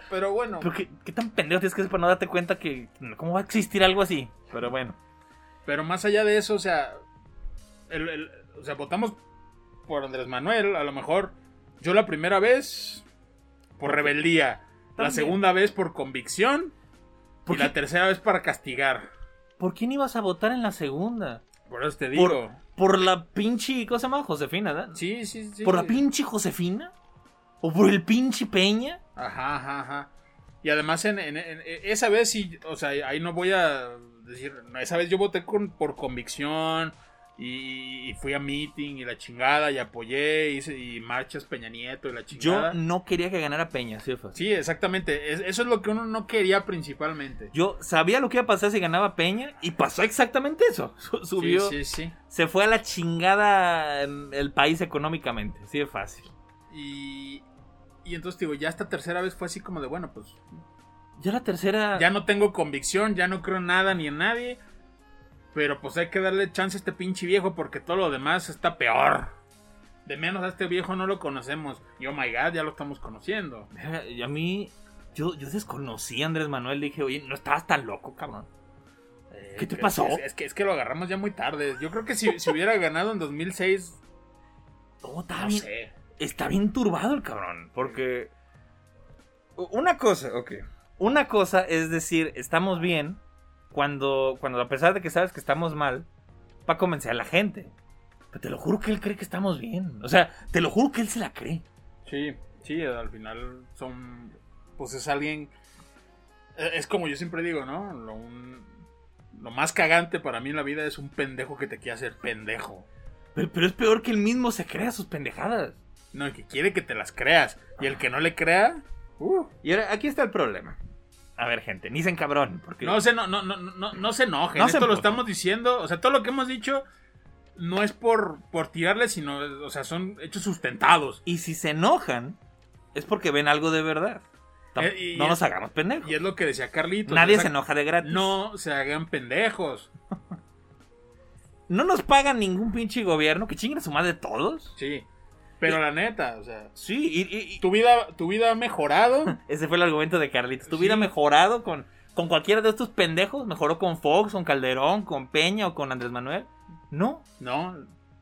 B: Pero bueno,
C: Pero qué, qué tan pendejo tienes que ser para no darte cuenta que. ¿Cómo va a existir algo así? Pero bueno.
B: pero más allá de eso, o sea, el- el- o sea, votamos por Andrés Manuel, a lo mejor. Yo la primera vez por rebeldía, la
C: También.
B: segunda vez por convicción
C: ¿Por
B: y
C: qué?
B: la tercera vez para castigar.
C: ¿Por quién ibas a votar en la segunda?
B: Por eso te digo.
C: Por la pinche. ¿Cómo se llama? Josefina, ¿verdad?
B: Sí, sí, sí.
C: ¿Por la pinche Josefina? ¿O por el pinche Peña?
B: Ajá, ajá, ajá. Y además, en, en- en- e, esa vez sí, o sea, ahí no voy a decir, no, esa vez yo voté con, por convicción y, y fui a meeting y la chingada y apoyé hice- y marchas Peña Nieto y la
C: Yo
B: chingada.
C: no quería que ganara Peña, sí, fue.
B: Sí, exactamente. Es- eso es lo que uno no quería principalmente.
C: Yo sabía lo que iba a pasar si ganaba Peña y pasó exactamente eso. *laughs* Su- Subió,
B: Sí, sí, sí.
C: se fue a la chingada em, el país económicamente, sí de fácil.
B: Y, y entonces digo, ya esta tercera vez fue así como de, bueno, pues
C: Ya la tercera,
B: ya no tengo convicción, ya no creo en nada ni en nadie. Pero pues hay que darle chance a este pinche viejo porque todo lo demás está peor. De menos a este viejo no lo conocemos. Y oh my god, ya lo estamos conociendo.
C: Verga, y a mí, yo, yo desconocí a Andrés Manuel, dije, oye, no estabas tan loco, cabrón. ¿Qué te
B: Es-
C: pasó?
B: Es, es que, es que lo agarramos ya muy tarde. Yo creo que si, si hubiera ganado en 2006,
C: No, estaba
B: no
C: bien,
B: sé.
C: está bien turbado el cabrón, porque...
D: Una cosa, ok.
C: Una cosa es decir, estamos bien, cuando, cuando a pesar de que sabes que estamos mal, va a convencer a la gente. Pero te lo juro que él cree que estamos bien. O sea, te lo juro que él se la cree.
B: Sí, sí, al final son. Pues es alguien. eh, Es como yo siempre digo, ¿no? Lo, un- lo más cagante para mí en la vida es un pendejo que te quiere hacer pendejo.
C: Pero, pero es peor que él mismo se crea sus pendejadas.
B: No, el que quiere que te las creas. Y el que no le crea. uh,
D: Y ahora, aquí está el problema.
C: A ver, gente, ni se cabrón. Porque...
B: no, se, no, no, no, no, no se enojen.
C: No se
B: Esto lo
C: emputen.
B: estamos diciendo. O sea, todo lo que hemos dicho no es por, por tirarle, sino. O sea, son hechos sustentados.
C: Y si se enojan, es porque ven algo de verdad. Tam-
B: Eh, y-
C: no
B: y-
C: nos hagamos pendejos.
B: Y es lo que decía Carlitos.
C: Nadie
B: o sea,
C: se enoja de gratis.
B: No se hagan pendejos.
C: No nos pagan ningún pinche gobierno. Que chinguen a su madre todos.
B: Sí. Pero la neta, o sea.
C: Sí, y- y- y,
B: Tu vida, tu vida ha mejorado.
C: *laughs* Ese fue el argumento de Carlitos. Tu
B: Sí.
C: vida mejorado con, con cualquiera de estos pendejos. Mejoró con Fox, con Calderón, con Peña o con Andrés Manuel. No,
B: No.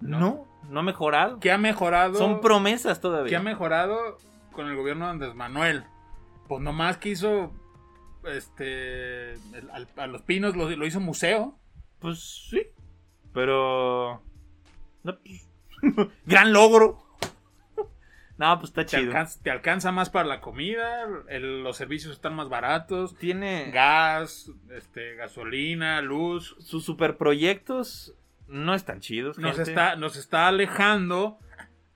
C: no,
B: No.
C: no, ha mejorado.
B: ¿Qué ha mejorado?
C: Son promesas
B: ¿Qué ha
C: todavía.
B: mejorado con el gobierno de Andrés Manuel? Pues nomás que hizo este el- al- a los pinos lo, lo hizo museo.
C: Pues sí, pero. no, *laughs* pues, Gran logro. no, pues está
B: Te
C: chido.
B: alcanza, te alcanza más para la comida, el- los servicios están más baratos,
C: Tiene
B: gas, este, gasolina, luz.
C: sus superproyectos. No están chidos.
B: Nos
C: gente.
B: está, nos está alejando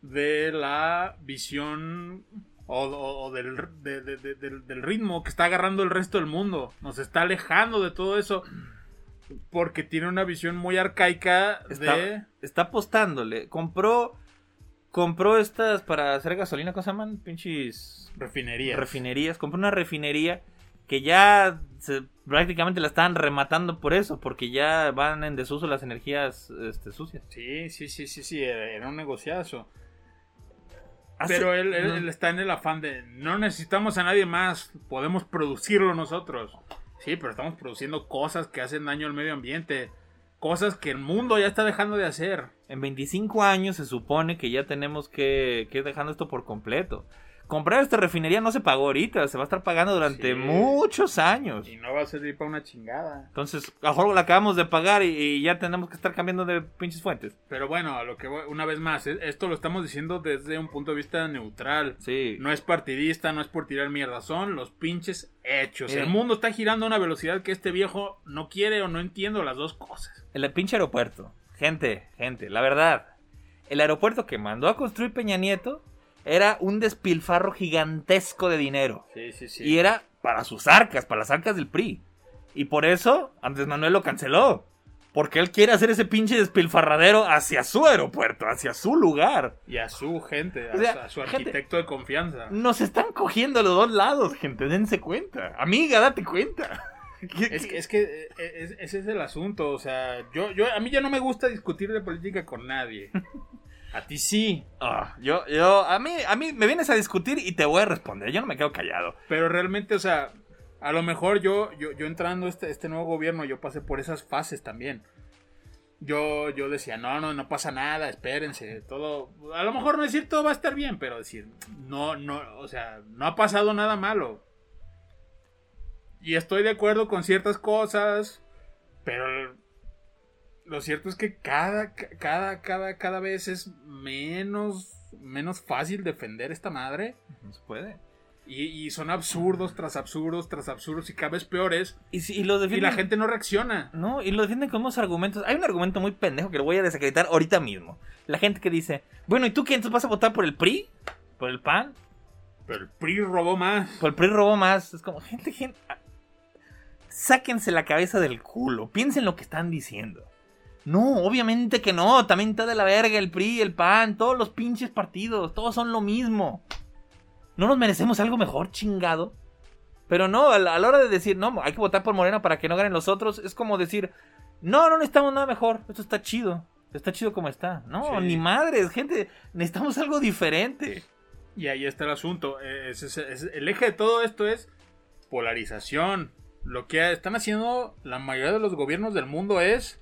B: de la visión o, o- o del, r- de- de- de- del- del ritmo que está agarrando el resto del mundo. Nos está alejando de todo eso porque tiene una visión muy arcaica
C: Está-
B: de...
C: está apostándole. Compró. Compró estas para hacer gasolina, ¿cómo se llaman? Pinches.
B: Refinería.
C: refinerías. Compré una refinería que ya se- prácticamente la estaban rematando por eso, porque ya van en desuso las energías este, sucias.
B: Sí, sí, sí, sí, sí, era era un negociazo.
C: Hace-
B: Pero él, él-
C: Ujú.
B: él está en el afán de no necesitamos a nadie más, podemos producirlo nosotros. Sí, pero estamos produciendo cosas que hacen daño al medio ambiente, cosas que el mundo ya está dejando de hacer.
C: En 25 años se supone que ya tenemos que, que ir dejando esto por completo. Comprar esta refinería no se pagó ahorita, se va a estar pagando durante
B: Sí.
C: muchos años.
B: Y no va a servir para una chingada.
C: Entonces, a lo mejor la acabamos de pagar y, y ya tenemos que estar cambiando de pinches fuentes.
B: Pero bueno, a lo que voy- una vez más, eh, esto lo estamos diciendo desde un punto de vista neutral.
C: Sí.
B: No es partidista, no es por tirar mierda, son los pinches hechos.
C: Miren.
B: El mundo está girando a una velocidad que este viejo no quiere o no entiendo las dos cosas.
C: El pinche aeropuerto. Gente, gente, la verdad. El aeropuerto que mandó a construir Peña Nieto era un despilfarro gigantesco de dinero.
B: Sí, sí, sí.
C: Y e- era para sus arcas, para las arcas del PRI. Y por eso Andrés Manuel lo canceló. Porque él quiere hacer ese pinche despilfarradero hacia su aeropuerto, hacia su lugar.
B: Y a su gente, a,
C: O sea,
B: su- a su
C: gente-
B: arquitecto de confianza.
C: Nos están cogiendo los dos lados, gente, dense cuenta. *laughs* Amiga, date cuenta.
D: ¿Qué-
B: Es,
D: qué-
B: que- es que eh, es- ese es el asunto, o sea, yo, yo, a mí ya no me gusta discutir de política con nadie. A ti sí,
C: Ah, yo, yo, a mí, a mí me vienes a discutir y te voy a responder. Yo no me quedo callado.
B: pero realmente, o sea, a lo mejor yo, yo, yo entrando a este, este nuevo gobierno, yo pasé por esas fases también. Yo, yo decía, no, no, no pasa nada, espérense, todo, a lo mejor no decir todo va a estar bien, pero decir, no, no, o sea, no ha pasado nada malo. Y estoy de acuerdo con ciertas cosas, pero lo cierto es que cada, ca- cada, cada, cada vez es menos, menos fácil defender esta madre.
C: No se puede.
B: Y, y son absurdos tras absurdos tras absurdos y cada vez peores.
C: Y, si, y lo
B: Y
C: defienden.
B: la gente no reacciona.
C: No, y lo defienden con unos argumentos. Hay un argumento muy pendejo que lo voy a desacreditar ahorita mismo. La gente que dice, bueno, ¿y tú qué? ¿Entonces vas a votar por el PRI? ¿Por el PAN?
B: Pero el PRI robó más.
C: Por el PRI robó más. Es como, gente, gente. ah, Sáquense la cabeza del culo. Piensen lo que están diciendo. No, obviamente que no. También está de la verga el PRI, el PAN, todos los pinches partidos. Todos son lo mismo. No nos merecemos algo mejor, chingado. Pero no, a la, a la hora de decir, no, hay que votar por Morena para que no ganen los otros, es como decir, no, no necesitamos nada mejor. Esto está chido. Está chido como está. No,
B: Sí.
C: ni madres, gente. Necesitamos algo diferente.
B: Y ahí está el asunto. Eh, ese es- ese es- el eje de todo esto es polarización. Lo que están haciendo la mayoría de los gobiernos del mundo es...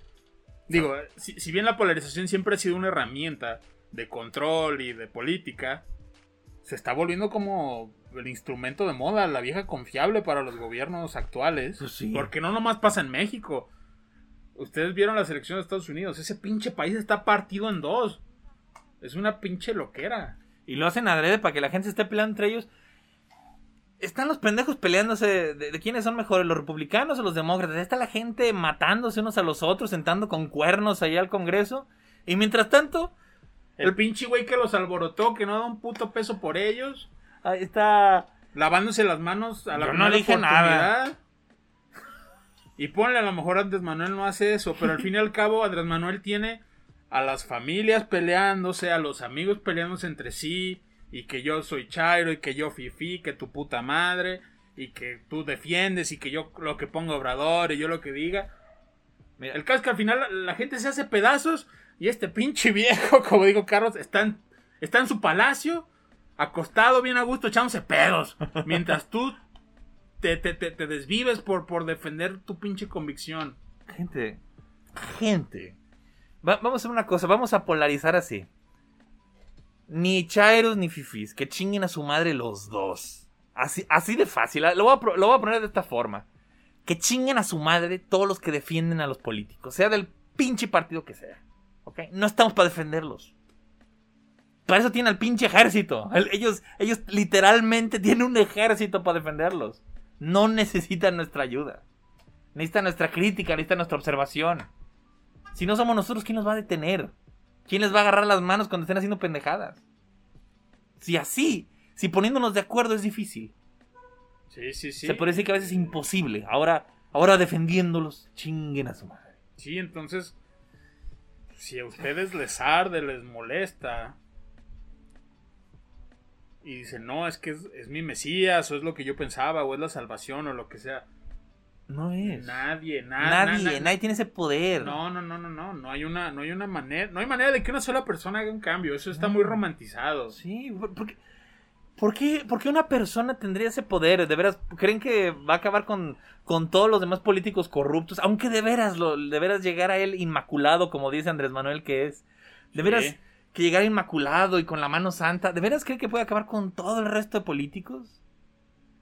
B: Digo, eh, si, si bien la polarización siempre ha sido una herramienta de control y de política, se está volviendo como el instrumento de moda, la vieja confiable para los gobiernos actuales.
C: Pues sí.
B: Porque no nomás pasa en México. Ustedes vieron la selección de Estados Unidos. Ese pinche país está partido en dos. Es una pinche loquera.
C: Y lo hacen adrede para que la gente se esté peleando entre ellos. Están los pendejos peleándose de, de quiénes son mejores, los republicanos o los demócratas. Está la gente matándose unos a los otros, sentando con cuernos allá al Congreso. Y mientras tanto,
B: El pinche güey que los alborotó, que no da un puto peso por ellos,
C: ahí está...
B: lavándose las manos a la
C: Yo no
B: primera
C: dije nada.
B: oportunidad. Y ponle, a lo mejor Andrés Manuel no hace eso, pero al fin y al cabo Andrés Manuel tiene a las familias peleándose, a los amigos peleándose entre sí, y que yo soy Chairo, y que yo Fifi, que tu puta madre, y que tú defiendes, y que yo lo que pongo obrador, y yo lo que diga.
C: Mira,
B: El caso es que al final la, la gente se hace pedazos y este pinche viejo, *laughs* como digo Carlos, está en, está en su palacio, acostado bien a gusto, echándose pedos. Mientras tú te, te- te- te desvives por, por defender tu pinche convicción.
C: Gente, gente. Va- vamos a hacer una cosa, vamos a polarizar así. Ni Chairos ni Fifis, que chinguen a su madre los dos. Así, así de fácil, ah, lo voy, a, pro- lo voy a poner de esta forma. Que chinguen a su madre todos los que defienden a los políticos, sea del pinche partido que sea. ¿ok? No estamos para defenderlos. Para eso tiene al pinche ejército. El- Ellos, ellos literalmente tienen un ejército para defenderlos. No necesitan nuestra ayuda. Necesita nuestra crítica, necesita nuestra observación. Si no somos nosotros, ¿quién nos va a detener? ¿Quién les va a agarrar las manos cuando estén haciendo pendejadas? Si así, si poniéndonos de acuerdo es difícil.
B: Sí, sí, sí.
C: Se puede decir que a veces es imposible. Ahora, ahora defendiéndolos, chinguen a su madre.
B: Sí, entonces, si a ustedes les arde, les molesta, y dicen, no, es que es, es mi Mesías, o es lo que yo pensaba, o es la salvación, o lo que sea.
C: No es.
B: Nadie, nada.
C: nadie, nadie tiene ese poder.
B: No, no, no, no, no, no hay una, no hay una manera, no hay manera de que una sola persona haga un cambio, eso está muy romantizado.
C: Sí, ¿por, por qué, por qué- por qué una persona tendría ese poder? ¿De veras creen que va a acabar con, con todos los demás políticos corruptos? Aunque de veras, lo, de veras llegar a él inmaculado, como dice Andrés Manuel que es. De veras
B: Sí.
C: que llegar inmaculado y con la mano santa. ¿De veras cree que puede acabar con todo el resto de políticos?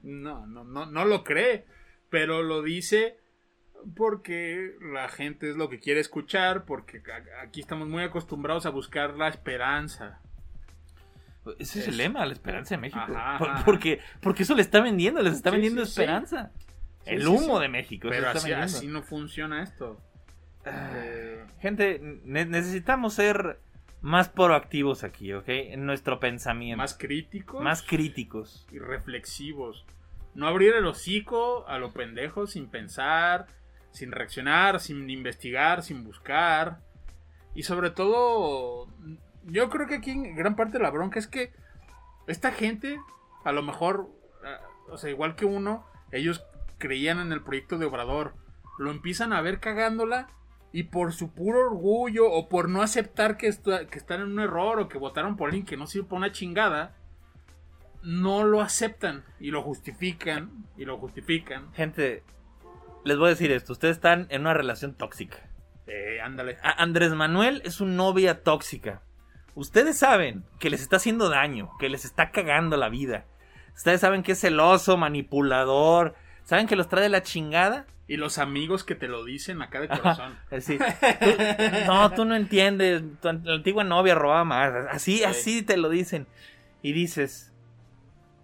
B: No, no, no, no lo cree, pero lo dice porque la gente es lo que quiere escuchar, porque a- aquí estamos muy acostumbrados a buscar la esperanza.
C: Ese es,
B: Es-
C: el lema, la esperanza de México.
B: Ajá,
C: Por-
B: ajá.
C: porque, porque eso le está vendiendo, les está
B: Sí,
C: vendiendo
B: sí, sí.
C: esperanza.
B: Sí,
C: el
B: sí,
C: humo
B: sí.
C: de México. Pues eso
B: Pero
C: le está Ah.
B: así,
C: vendiendo.
B: así no funciona esto. Eh,
C: Gente, ne- necesitamos ser más proactivos aquí, ¿ok? En nuestro pensamiento.
B: más críticos
C: Em, Más críticos.
B: y reflexivos. No abrir el hocico a lo pendejo sin pensar, sin reaccionar, sin investigar, sin buscar. Y sobre todo, yo creo que aquí en gran parte de la bronca es que eh, esta gente, a lo mejor, ah, o sea, igual que uno, ellos creían en el proyecto de Obrador lo empiezan a ver cagándola y por su puro orgullo o por no aceptar que, estu- que están en un error o que votaron por alguien que no sirve para una chingada, no lo aceptan y lo justifican y lo justifican.
C: Gente, les voy a decir esto. Ustedes están en una relación tóxica.
B: Eh, ándale.
C: A- Andrés Manuel es su novia tóxica. Ustedes saben que les está haciendo daño, que les está cagando la vida. Ustedes saben que es celoso, manipulador. Saben que los trae de la chingada.
B: Y los amigos que te lo dicen acá de corazón.
C: Es decir, tú- no, tú no entiendes. Tu an- la antigua novia robaba más. Así, así te lo dicen. Y dices,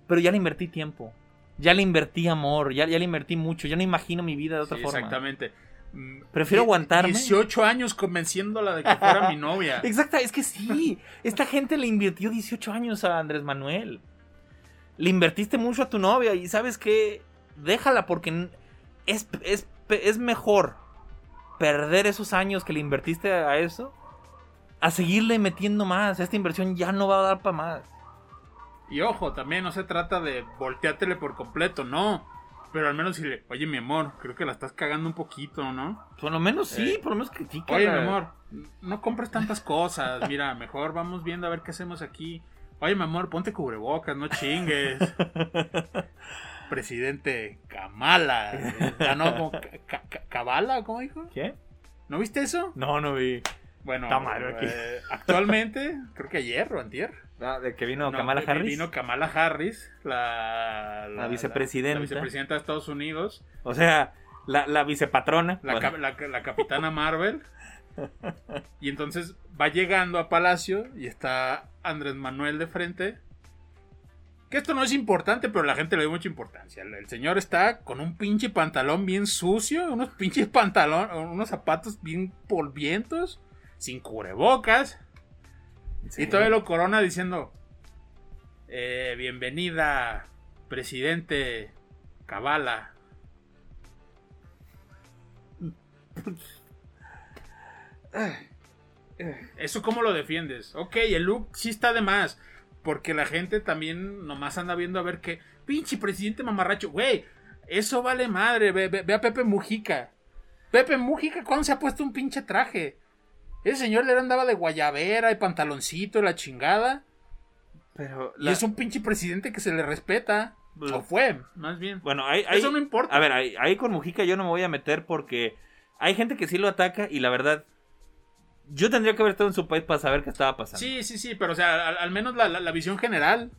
C: pero ya le invertí tiempo. Ya le invertí amor. Ya, ya le invertí mucho. Ya no imagino mi vida de otra
B: Sí,
C: forma.
B: exactamente. Mm,
C: Prefiero
B: die-
C: aguantarme.
B: 18 años convenciéndola de que fuera mi
C: *laughs*
B: novia.
C: Exacta, es que sí. Esta gente le invirtió 18 años a Andrés Manuel. Le invertiste mucho a tu novia y sabes qué, déjala porque n- es, es, es mejor perder esos años que le invertiste a eso a seguirle metiendo más. Esta inversión ya no va a dar para más.
B: Y ojo, también no se trata de volteártele por completo, no. Pero al menos le oye mi amor, creo que la estás cagando un poquito, ¿no?
C: Por lo menos sí,
B: Eh,
C: por lo menos critica.
B: Oye, mi amor, no compres tantas cosas. Mira, mejor vamos viendo a ver qué hacemos aquí. Oye, mi amor, ponte cubrebocas, no
C: *laughs*
B: chingues. Presidente Kamala. Ah,
C: *laughs*
B: no, como Ca- Ca- Ca- ¿Cabala? ¿Cómo dijo?
C: ¿Qué?
B: ¿No viste eso?
C: No, no vi.
B: Bueno,
C: Está malo aquí.
B: eh, actualmente, creo que ayer o antier.
C: de que vino
B: Ah, No,
C: Kamala
B: vi-
C: Harris.
B: Vino Kamala Harris, la,
C: La vicepresidenta.
B: la vicepresidenta de Estados Unidos,
C: O sea, la, la vicepatrona.
B: la,
C: Bueno,
B: cap- la- la capitana Marvel. Y entonces va llegando a Palacio y está Andrés Manuel de frente. Que esto no es importante, pero la gente le dio mucha importancia. El, el señor está con un pinche pantalón bien sucio, unos pinches *laughs* pantalón, unos zapatos bien polvientos, sin cubrebocas. Y todavía lo corona diciendo: eh, Bienvenida, presidente Cabala. ¿Eso cómo lo defiendes? Ok, el look sí está de más. Porque la gente también nomás anda viendo a ver qué. Pinche presidente mamarracho, güey. Eso vale madre. Ve, ve- ve a Pepe Mujica. Pepe Mujica, ¿cuándo se ha puesto un pinche traje? Ese señor le andaba de guayabera y pantaloncito, y la chingada.
C: pero
B: Y
C: la-
B: es un pinche presidente que se le respeta.
C: Bueno.
B: O fue, más bien.
C: Bueno, hay, hay-
B: Eso no importa.
C: A ver, ahí, ahí con Mujica yo no me voy a meter porque hay gente que sí lo ataca y la verdad, yo tendría que haber estado en su país para saber qué estaba pasando.
B: Sí, sí, sí, pero o sea, al, al menos la, la- la visión general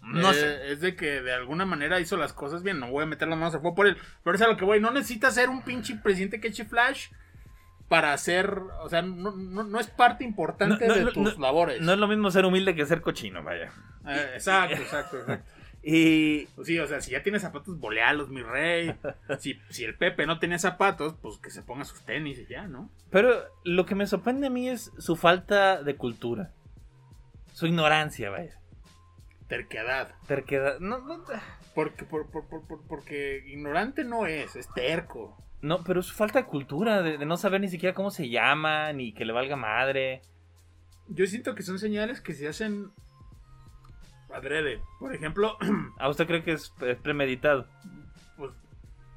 C: No
B: eh,
C: sé.
B: es de que de alguna manera hizo las cosas bien. No voy a meter las manos al fuego por él. Pero es a lo que voy. No necesita ser un pinche presidente que eche flash para ser. O sea, no, no- no es parte importante
C: No, no,
B: de
C: no,
B: tus
C: no,
B: labores.
C: No es lo mismo ser humilde que ser cochino, vaya.
B: Eh, exacto, exacto, exacto.
C: Y
B: Pues Sí, o sea, si ya tienes zapatos, bolealos, mi rey. Si, si el Pepe no tenía zapatos, pues que se ponga sus tenis y ya, ¿no?
C: Pero lo que me sorprende a mí es su falta de cultura. Su ignorancia, vaya.
B: Terquedad.
C: Terquedad. No, no,
B: Porque, por- por- por- por- porque ignorante no es, es terco.
C: no, pero su falta de cultura, de, de no saber ni siquiera cómo se llama, ni que le valga madre.
B: Yo siento que son señales que se hacen adrede. Por ejemplo, *clears throat*
C: ¿A usted cree que es- es premeditado?
B: pues,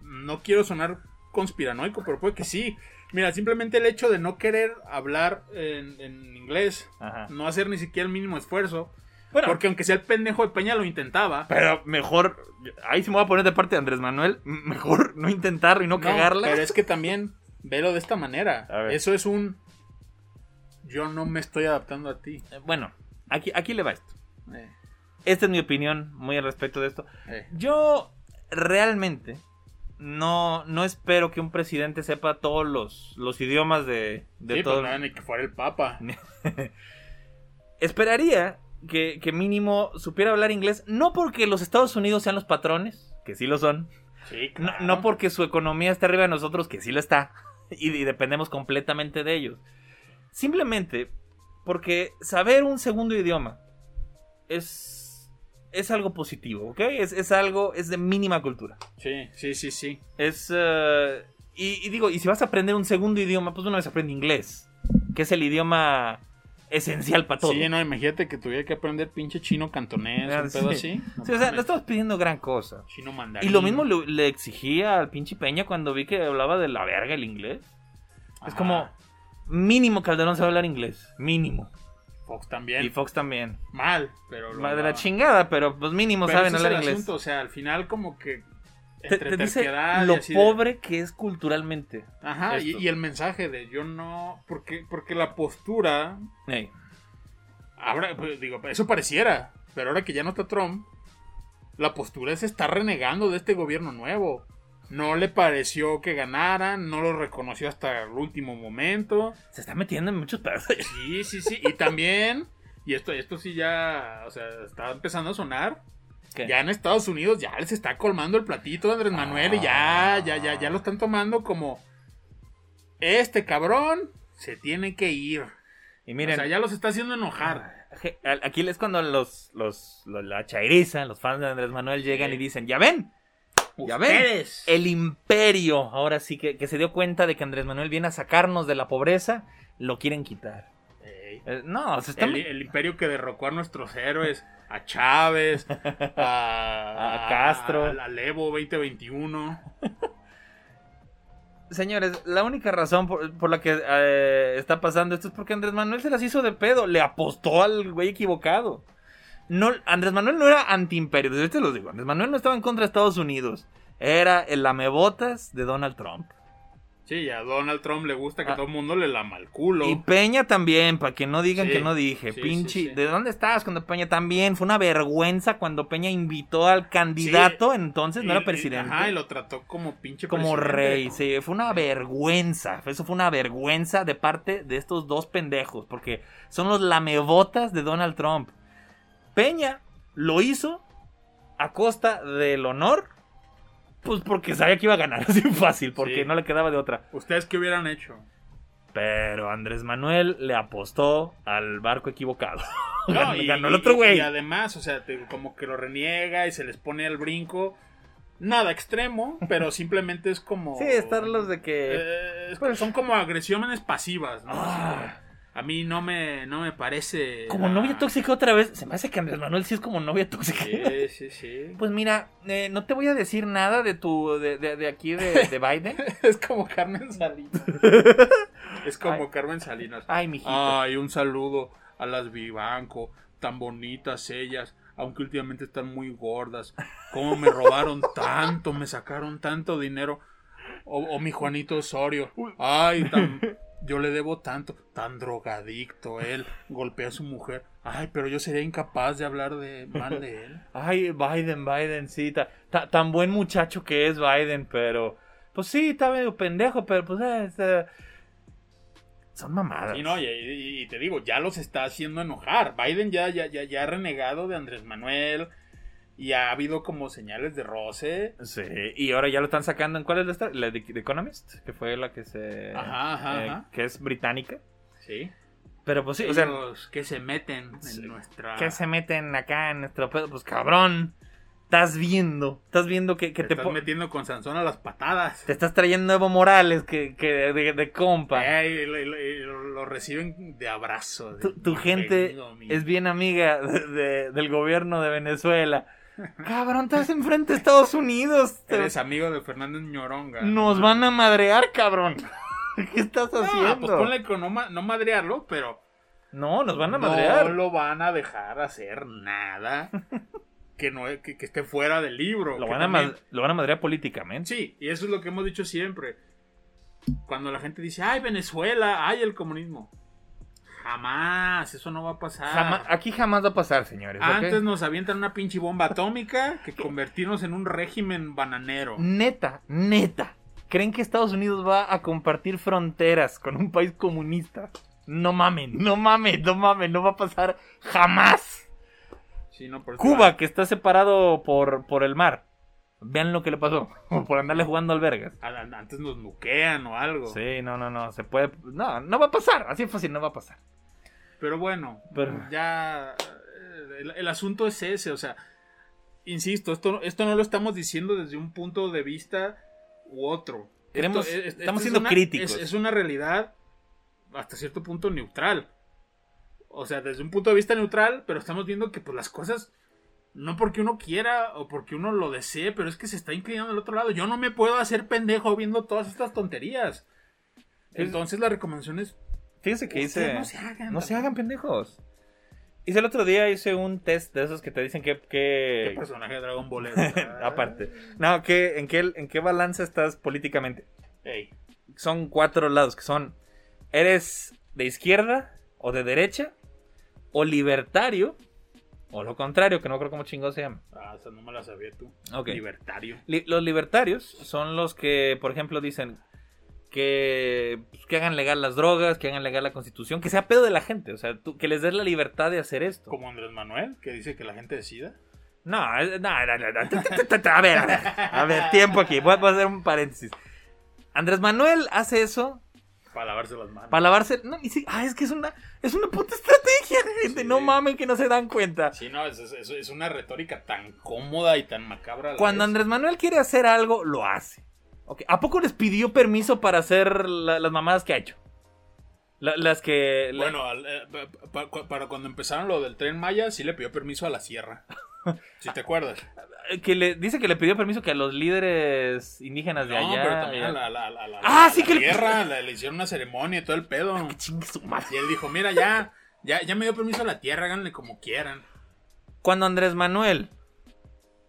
B: no quiero sonar conspiranoico, pero puede que sí. Mira, simplemente el hecho de no querer hablar en, en inglés,
C: Ajá.
B: no hacer ni siquiera el mínimo esfuerzo,
C: Bueno,
B: porque aunque sea el pendejo de Peña lo intentaba.
C: Pero mejor, ahí sí me voy a poner de parte de Andrés Manuel, *laughs* m- mejor no intentar y no,
B: No,
C: cagarla.
B: Pero es que también, velo de esta manera.
C: A ver.
B: Eso es un... Yo no me estoy adaptando a ti.
C: Eh, Bueno, aquí, aquí le va esto.
B: Eh,
C: Esta es mi opinión muy al respecto de esto.
B: eh.
C: Yo realmente no, no espero que un presidente sepa todos los, los idiomas de, de
B: Sí, pues,
C: todo.
B: no, ni que fuera el papa.
C: Esperaría que, que mínimo supiera hablar inglés, no porque los Estados Unidos sean los patrones, que sí lo son,
B: Sí,
C: No,
B: claro.
C: no porque su economía está arriba de nosotros, que sí lo está, *laughs* y, y dependemos completamente de ellos. Simplemente porque saber un segundo idioma es, es algo positivo, ¿ok? Es, es algo, es de mínima cultura.
B: Sí, sí, sí, sí.
C: Es, eh, y, y digo, y si vas a aprender un segundo idioma, pues una vez aprende inglés, que es el idioma esencial para todo.
B: Sí, no, imagínate que tuviera que aprender pinche chino cantonés,
C: Ah,
B: un pedo
C: sí.
B: así. No
C: Sí, o sea,
B: mames.
C: no estamos pidiendo gran cosa.
B: Chino mandarín.
C: Y lo mismo le, le exigía al pinche Peña cuando vi que hablaba de la verga el inglés. Es
B: Ajá.
C: como, mínimo Calderón sabe hablar inglés. Mínimo.
B: Fox también.
C: Y Fox también.
B: Mal, pero. lo
C: Madre de la
B: hablaba.
C: chingada, pero pues mínimo
B: Pero ese
C: saben
B: es
C: hablar
B: el
C: inglés.
B: asunto, o sea, al final, como que.
C: Te,
B: Entre
C: te dice
B: terquedad y
C: lo
B: así de-
C: pobre que es culturalmente.
B: Ajá, y,
C: esto.
B: y el mensaje de yo no. Porque, porque la postura.
C: Ey.
B: Ahora, pues, digo, eso pareciera. Pero ahora que ya no está Trump, la postura es estar renegando de este gobierno nuevo. No le pareció que ganaran, no lo reconoció hasta el último momento.
C: Se está metiendo en muchos pedazos.
B: Sí, sí, sí. Y también, y esto, esto sí ya, o sea, está empezando a sonar.
C: ¿Qué?
B: Ya en Estados Unidos ya les está colmando el platito de Andrés Manuel y ya,
C: Ah.
B: ya, ya, ya lo están tomando como este cabrón se tiene que ir.
C: *laughs* Y miren,
B: o sea, ya los está haciendo enojar.
C: je- al- aquí es cuando los, los, los- la chairiza, los fans de Andrés Manuel llegan
B: Sí.
C: y dicen, ya ven, Ya ven.
B: Ustedes.
C: el imperio, ahora sí que, que se dio cuenta de que Andrés Manuel viene a sacarnos de la pobreza, lo quieren quitar.
B: Ey.
C: Eh, no, se están...
B: El, el imperio que derrocó a nuestros héroes, a
C: *laughs*
B: Chávez, a,
C: A Castro.
B: a, a Levo 2021.
C: Señores, la única razón por, por la que eh, está pasando esto es porque Andrés Manuel se las hizo de pedo. Le apostó al güey equivocado. No, Andrés Manuel no era antiimperio, desde ahorita los digo. Andrés Manuel no estaba en contra de Estados Unidos. Era el lamebotas de Donald Trump.
B: Sí, y a Donald Trump le gusta que
C: Ah.
B: todo el mundo le lama el culo.
C: Y Peña también, para que no digan
B: Sí,
C: que no dije.
B: sí,
C: Pinche,
B: sí, sí.
C: ¿de dónde estabas cuando Peña también? Fue una vergüenza cuando Peña invitó al candidato, entonces
B: Y-
C: no era
B: y-
C: presidente.
B: Ajá, y lo trató como pinche
C: como
B: presidente.
C: rey, sí, fue una vergüenza, eso fue una vergüenza de parte de estos dos pendejos, porque son los lamebotas de Donald Trump. Peña lo hizo a costa del honor, pues porque sabía que iba a ganar *laughs* así fácil, porque
B: Sí.
C: no le quedaba de otra.
B: ¿Ustedes qué hubieran hecho?
C: Pero Andrés Manuel le apostó al barco equivocado. *laughs*
B: No,
C: *laughs* Ganó el otro güey.
B: Y además, o sea, te- como que lo reniega y se les pone al brinco. Nada extremo, pero simplemente es como.
C: Sí, estar los de que... pues
B: Eh, es como- son como agresiones pasivas, ¿no?
C: Ah.
B: A mí no me, no me parece.
C: Como
B: la-
C: novia tóxica otra vez, se me hace que Andrés Manuel sí es como novia tóxica.
B: Sí, sí, sí.
C: Pues mira, eh, no te voy a decir nada de tu de, de- de aquí de,
B: *laughs*
C: de Biden.
B: *laughs* es como Carmen Salinas. *laughs* es como
C: Ay.
B: Carmen Salinas.
C: Ay, mijito.
B: Ay, un saludo a las Vivanco, tan bonitas ellas, aunque últimamente están muy gordas. Cómo me *laughs* robaron tanto, me sacaron tanto dinero. O, o mi Juanito Osorio. Ay, *laughs* tan- yo le debo tanto, tan drogadicto él, golpea a su mujer. Ay, pero yo sería incapaz de hablar de mal de él.
C: Ay, Biden, Biden, sí, ta- ta- tan buen muchacho que es Biden, pero pues sí, está medio pendejo, pero pues eh, este, son mamadas.
B: Y no, y, y- y te digo, ya los está haciendo enojar. Biden ya, ya, ya, ya ha renegado de Andrés Manuel y ha habido como señales de roce.
C: Sí, y ahora ya lo están sacando en cuál es la, esta- la de, The Economist, que fue la que se
B: Ajá, ajá,
C: eh,
B: ajá.
C: que es británica.
B: Sí. ah.
C: Pero pues sí, o
B: Ellos
C: sea,
B: que se meten en
C: sí,
B: nuestra.
C: que se meten acá en nuestro pedo, pues cabrón. Estás viendo, estás viendo que, que
B: te
C: te,
B: estás
C: po-
B: metiendo con Sansón a las patadas.
C: Te estás trayendo Evo Morales que, que de, de compa.
B: Eh, y lo, y lo- y lo- lo reciben de abrazo. de,
C: Tu, tu gente
B: "Bienvenido, mi-".
C: es bien amiga de- de- del gobierno de Venezuela. Cabrón, estás enfrente de Estados Unidos. Te-
B: Eres amigo de Fernández Ñoronga.
C: Nos van a madrear, cabrón. *laughs* ¿Qué estás
B: Ah,
C: haciendo?
B: pues ponle que no, ma- no madrearlo, pero.
C: No, nos van a madrear.
B: No lo van a dejar hacer nada que, no, que, que esté fuera del libro.
C: Lo,
B: que
C: van a
B: también-
C: ma- lo van a madrear políticamente.
B: Sí, y eso es lo que hemos dicho siempre. Cuando la gente dice, ay, Venezuela, ay, el comunismo. Jamás, eso no va a pasar.
C: Jamás- aquí jamás va a pasar, señores. ¿ok?
B: Ah. Antes nos avientan una pinche bomba atómica que convertirnos en un régimen bananero.
C: Mm. Neta, neta. ¿Creen que Estados Unidos va a compartir fronteras con un país comunista? No mamen, no mamen, no mamen, no va a pasar jamás.
B: Sí, no, por eso-
C: Cuba, que está separado por, por el mar. Vean lo que le pasó, *laughs* por andarle jugando albergas.
B: A- a- Antes nos nuquean o algo.
C: Sí, no, no, no, se puede... No, no va a pasar, así es fácil, no va a pasar.
B: Pero bueno,
C: Pero-
B: ya eh, el, el asunto es ese, o sea, insisto, esto, esto no lo estamos diciendo desde un punto de vista u otro.
C: Queremos-
B: Esto- eh, esto
C: estamos
B: es
C: siendo
B: una-
C: críticos.
B: Es, es una realidad hasta cierto punto neutral. O sea, desde un punto de vista neutral, pero estamos viendo que pues las cosas no porque uno quiera o porque uno lo desee, pero es que se está inclinando al otro lado. Yo no me puedo hacer pendejo viendo todas estas tonterías. Entonces la recomendación es
C: Fíjense que
B: ustedes
C: hice.
B: no se hagan.
C: No se hagan pendejos. Hice el otro día, hice un test de esos que te dicen que...
B: ¿Qué
C: que...
B: personaje de Dragon Ball es?
C: *laughs* Aparte. No, que, ¿en, qué, ¿en qué balance estás políticamente?
B: Ey,
C: Son cuatro lados, que son... ¿Eres de izquierda o de derecha? ¿O libertario? O lo contrario, que no creo cómo chingado se llama.
B: ah, esa no me la sabía tú.
C: Ok.
B: Libertario.
C: Li- los libertarios son los que, por ejemplo, dicen que, pues, que hagan legal las drogas, que hagan legal la constitución, que sea pedo de la gente, o sea, tú- que les des la libertad de hacer esto.
B: Como Andrés Manuel, que dice que la gente decida.
C: No, es- no, no, no, no, ta, ta, ta, ta, A ver, a ver, a ver, tiempo aquí. Voy a, voy a hacer un paréntesis. Andrés Manuel hace eso
B: Para lavarse las manos.
C: para lavarse. No, y sí, ah, es que es una, es una puta estrategia, gente.
B: Sí.
C: No mamen que no se dan cuenta.
B: Sí, no, es, es- es una retórica tan cómoda y tan macabra. a la
C: Cuando
B: vez.
C: Andrés Manuel quiere hacer algo, lo hace. Ok, ¿A poco les pidió permiso para hacer la- las mamadas que ha hecho? La- las que. la-
B: Bueno, al- eh, pa- pa- pa- para cuando empezaron lo del tren Maya, sí le pidió permiso a la sierra. Si te
C: *laughs*
B: acuerdas.
C: que le, dice que le pidió permiso que a los líderes indígenas de
B: no,
C: allá.
B: pero también a la, a la- a la-
C: Ah,
B: a
C: sí
B: la
C: que le- Ah,
B: tierra, le... le hicieron una ceremonia y todo el pedo.
C: Chingue su madre.
B: Y él dijo, mira, ya, ya, ya me dio permiso a la tierra, háganle como quieran.
C: Cuando Andrés Manuel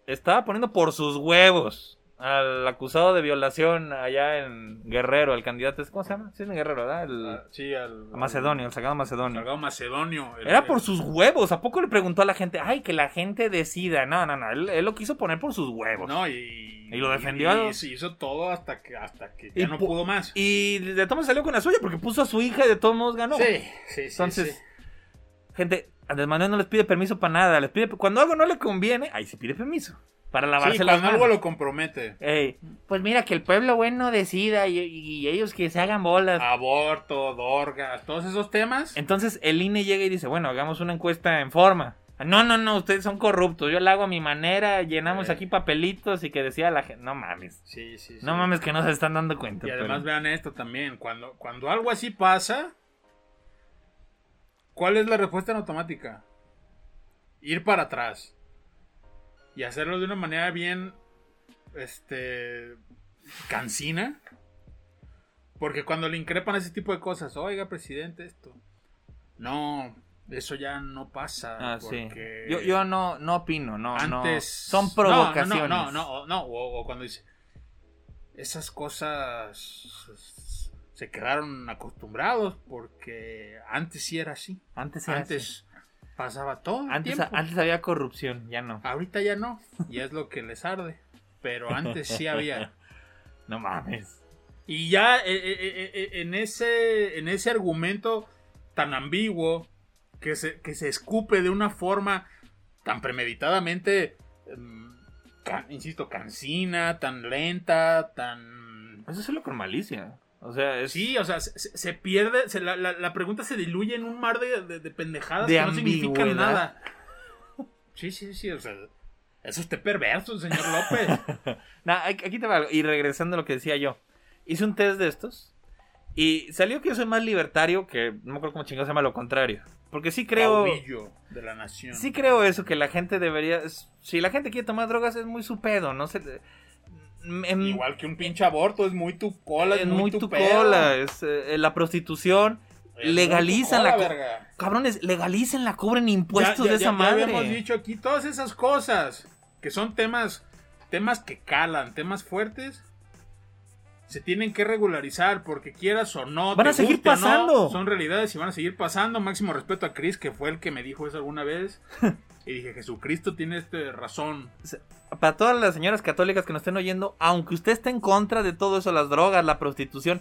C: estaba poniendo por sus huevos al acusado de violación allá en Guerrero, al candidato, ¿cómo se llama? Sí, en Guerrero, ¿verdad? El,
B: Sí, al...
C: a Macedonio, el sacado
B: al
C: Macedonio.
B: Salgado Macedonio. el-
C: Era por sus huevos. ¿A poco le preguntó a la gente? Ay, que la gente decida. No, no, no. Él, él lo quiso poner por sus huevos.
B: No, y...
C: Y lo defendió.
B: Y, se hizo todo hasta que, hasta que
C: Y
B: ya no
C: pu-
B: pudo más.
C: Y de todos modos salió con la suya porque puso a su hija y de todos modos ganó.
B: Sí, sí, sí.
C: Entonces,
B: sí.
C: gente, Andrés Manuel no les pide permiso para nada. Les pide, cuando algo no le conviene, ahí se pide permiso. Para
B: Sí,
C: lavarse las
B: cuando
C: manos.
B: algo lo compromete.
C: Ey, pues mira, que el pueblo bueno decida y, y ellos que se hagan bolas.
B: Ah. Aborto, dorgas, todos esos temas.
C: Entonces el INE llega y dice, bueno, hagamos una encuesta en forma. No, no, no, ustedes son corruptos. Yo la hago a mi manera, llenamos
B: Eh.
C: aquí papelitos y que decía la gente, no mames.
B: Sí, sí, sí.
C: No mames que no se están dando cuenta.
B: Y
C: pero-
B: además vean esto también, cuando, cuando algo así pasa, ¿cuál es la respuesta en automática? Ir para atrás. Y hacerlo de una manera bien, este, cansina. Porque cuando le increpan ese tipo de cosas, oiga, presidente, esto. No, eso ya no pasa.
C: Ah, sí.
B: porque
C: Yo, yo no, no opino, no, no.
B: antes.
C: Son
B: No, no, No,
C: provocaciones.
B: no, no, o- no, O, o cuando dice. Esas cosas se quedaron acostumbrados porque antes sí era así.
C: Antes era así.
B: Antes pasaba todo. el
C: Antes,
B: tiempo.
C: antes había corrupción, ya no.
B: Ahorita ya no. Y es lo que les arde. Pero antes sí había.
C: No mames.
B: Y ya eh, eh, eh, eh, en, ese, en ese argumento tan ambiguo que se, que se escupe de una forma tan premeditadamente, em, can- insisto, cansina, tan lenta, tan... pues
C: Eso es lo con malicia. O sea, es
B: Sí, o sea, se, se- se pierde, se- la, la- la pregunta se diluye en un mar de, de- de pendejadas
C: De
B: que no significan
C: ambigüedad.
B: nada. Sí, sí, sí, o sea, es usted perverso, señor López.
C: Nah, aquí aquí te va algo. Y regresando a lo que decía yo. Hice un test de estos. Y salió que yo soy más libertario que. No me acuerdo cómo chingado se llama lo contrario. Porque sí *laughs* creo.
B: Caudillo de la nación.
C: Sí creo eso, que la gente debería. Si la gente quiere tomar drogas, es muy su pedo, no se. en-
B: Igual que un pinche aborto, es muy tu cola, es,
C: en
B: muy,
C: Mm. muy
B: tu,
C: tu
B: pedo.
C: cola. Es, eh, la prostitución.
B: Es muy
C: legalizan
B: tu cola,
C: la co-
B: verga.
C: Cabrones, legalicen la cobren impuestos
B: Ya- ya-
C: de esa
B: ya-
C: madre.
B: Ya habíamos dicho aquí todas esas cosas que son temas, temas que calan, temas fuertes. Se tienen que regularizar porque quieras o no.
C: Van
B: te
C: a seguir
B: guste o no,
C: pasando.
B: son realidades y van a seguir pasando. Máximo respeto a Chris, que fue el que me dijo eso alguna
C: *laughs*
B: vez. y dije, Jesucristo tiene este razón.
C: Para todas las señoras católicas que nos estén oyendo, aunque usted esté en contra de todo eso, las drogas, la prostitución,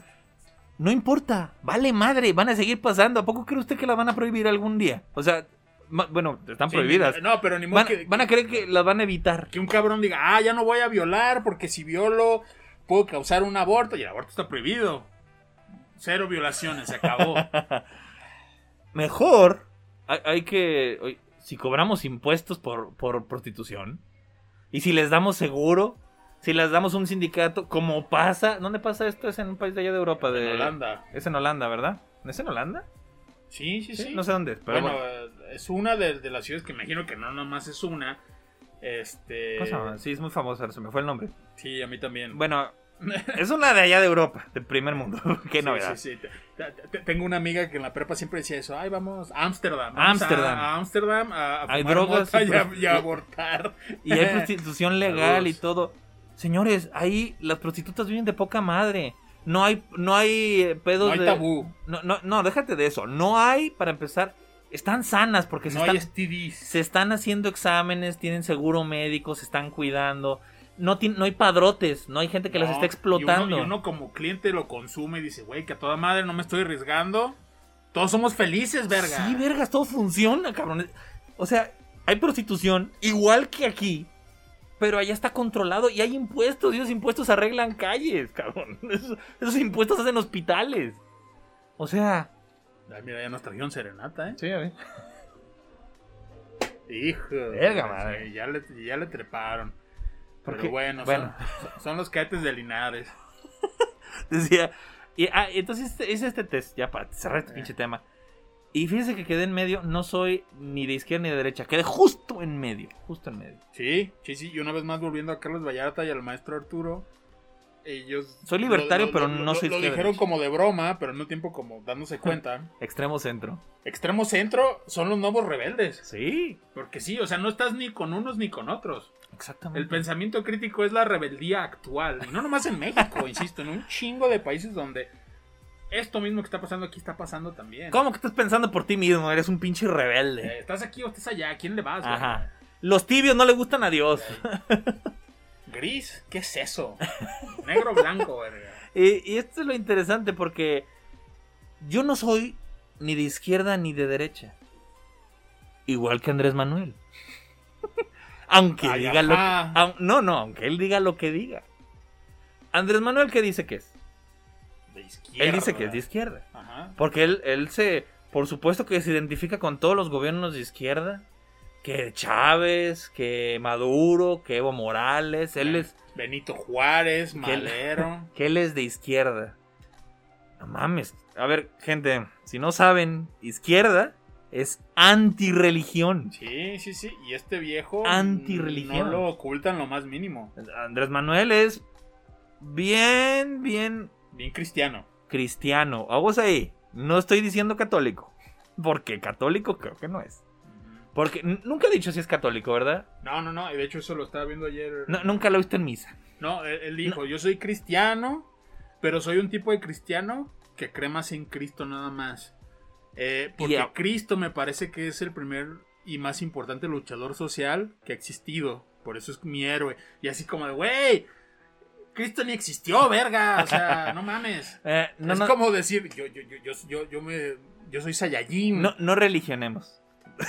C: no importa, vale madre, van a seguir pasando. ¿A poco cree usted que la van a prohibir algún día? O sea, ma- bueno, están
B: Sí,
C: prohibidas.
B: No, pero ni modo
C: van,
B: que-
C: van a creer que las van a evitar.
B: que un cabrón diga, ah, ya no voy a violar porque si violo puedo causar un aborto y el aborto está prohibido. Cero violaciones, se
C: *laughs*
B: acabó.
C: Mejor hay, hay que. oye, Si cobramos impuestos por, por prostitución y si les damos seguro, si les damos un sindicato, como pasa. ¿Dónde pasa esto? Es en un país de allá de Europa. De,
B: En Holanda.
C: Es en Holanda, ¿verdad? ¿Es en Holanda?
B: Sí, sí, sí.
C: Sí, No sé dónde es, pero
B: bueno,
C: bueno.
B: eh, es una de, de las ciudades que imagino que no nomás es una. Este.
C: ¿Cómo se llama? Sí, es muy famosa, se me fue
B: *laughs*
C: el nombre.
B: Sí, a mí también.
C: Bueno, es una de allá de Europa, del primer mundo. *laughs* Qué
B: Sí,
C: novedad.
B: sí, sí. Te- te- te- Tengo una amiga que en la prepa siempre decía eso. Ay, vamos a Ámsterdam.
C: Ámsterdam.
B: A Ámsterdam a, a
C: Hay
B: fumar
C: drogas
B: mota
C: y
B: y, a,
C: prost-
B: y a abortar.
C: Y hay prostitución legal y
B: Saludos.
C: todo. Señores, ahí las prostitutas viven de poca madre. No hay, no hay eh, pedos
B: No hay
C: de.
B: tabú.
C: No, no, no, déjate de eso. No hay, para empezar, están sanas porque se
B: No
C: están
B: hay STDs.
C: se están haciendo exámenes, tienen seguro médico, se están cuidando. No, tien- no hay padrotes, no hay gente que las
B: No,
C: está
B: Y uno,
C: explotando.
B: y uno como cliente lo consume y dice, güey, que a toda madre no me estoy arriesgando. Todos somos felices, verga.
C: Sí, vergas, todo funciona, cabrones. O sea, hay prostitución, igual que aquí, pero allá está controlado y hay impuestos, y esos impuestos arreglan calles, cabrón. *laughs* Esos, esos impuestos hacen hospitales. O sea...
B: Ay, mira, ya nos trajeron serenata, ¿eh?
C: Sí, a ver.
B: Hijo. de-
C: Verga, madre.
B: sí, ya, le, ya le treparon.
C: ¿Por
B: Pero
C: qué?
B: bueno,
C: Bueno.
B: Son, son los caetes de Linares.
C: *laughs* Decía. Y, ah, entonces este- hice este test, ya para cerrar este
B: Eh.
C: pinche tema. Y fíjense que quedé en medio, no soy ni de izquierda ni de derecha, quedé justo en medio, justo en medio.
B: Sí, sí, sí. Y una vez más volviendo a Carlos Vallarta y al maestro Arturo. Ellos.
C: Soy libertario, pero no
B: lo-
C: soy
B: Lo
C: izquierda
B: dijeron
C: derecha.
B: como de broma, pero al mismo tiempo como
C: *laughs*
B: dándose cuenta.
C: Extremo centro.
B: Extremo centro son los nuevos rebeldes.
C: Sí,
B: Porque sí, o sea, no estás ni con unos ni con otros.
C: exactamente.
B: El pensamiento crítico es la rebeldía actual. Y no nomás en
C: *laughs*
B: México, insisto, en un chingo de países donde esto mismo que está pasando aquí está pasando también.
C: ¿Cómo que estás pensando por ti mismo? Eres un pinche rebelde.
B: Eh, ¿Estás aquí o estás allá? ¿A quién le vas? güey?
C: Ajá. Los tibios no le gustan a Dios.
B: ¿Gris? ¿Qué es
C: *laughs*
B: eso? Negro blanco, verga.
C: Y, y esto es lo interesante porque yo no soy ni de izquierda ni de derecha. Igual que Andrés Manuel. *laughs* aunque
B: Ay,
C: diga lo que,
B: ajá.
C: aun- no, no, aunque él diga lo que diga. Andrés Manuel que dice que es.
B: De izquierda.
C: ah, Él dice que es de izquierda.
B: Ajá.
C: Porque él, él se, por supuesto que se identifica con todos los gobiernos de izquierda. Que Chávez, que Maduro, que Evo Morales, él es,
B: Benito Juárez,
C: Que él-
B: Madero.
C: que él es de izquierda. No mames. A ver, gente, si no saben, izquierda es antirreligión.
B: Sí, sí, sí. Y este viejo.
C: Antirreligión.
B: No lo ocultan lo más mínimo.
C: Andrés Manuel es bien, bien
B: Bien cristiano.
C: cristiano. Vamos ahí. No estoy diciendo católico. Porque católico creo que no es. Porque n- nunca he dicho si es católico, ¿verdad?
B: No, no, no. Y de hecho, eso lo estaba viendo ayer.
C: No, nunca lo he visto en misa.
B: No, él, él dijo, yo soy cristiano, pero soy un tipo de cristiano que cree más en Cristo nada más. Eh, porque
C: a-
B: Cristo me parece que es el primer y más importante luchador social que ha existido. Por eso es mi héroe. Y así como de, güey, Cristo ni existió, verga. O
C: *laughs*
B: sea, no mames.
C: Eh, no,
B: es
C: no,
B: como decir, yo, yo, yo, yo, yo, yo me, yo soy Saiyajin.
C: no, no religionemos. *laughs*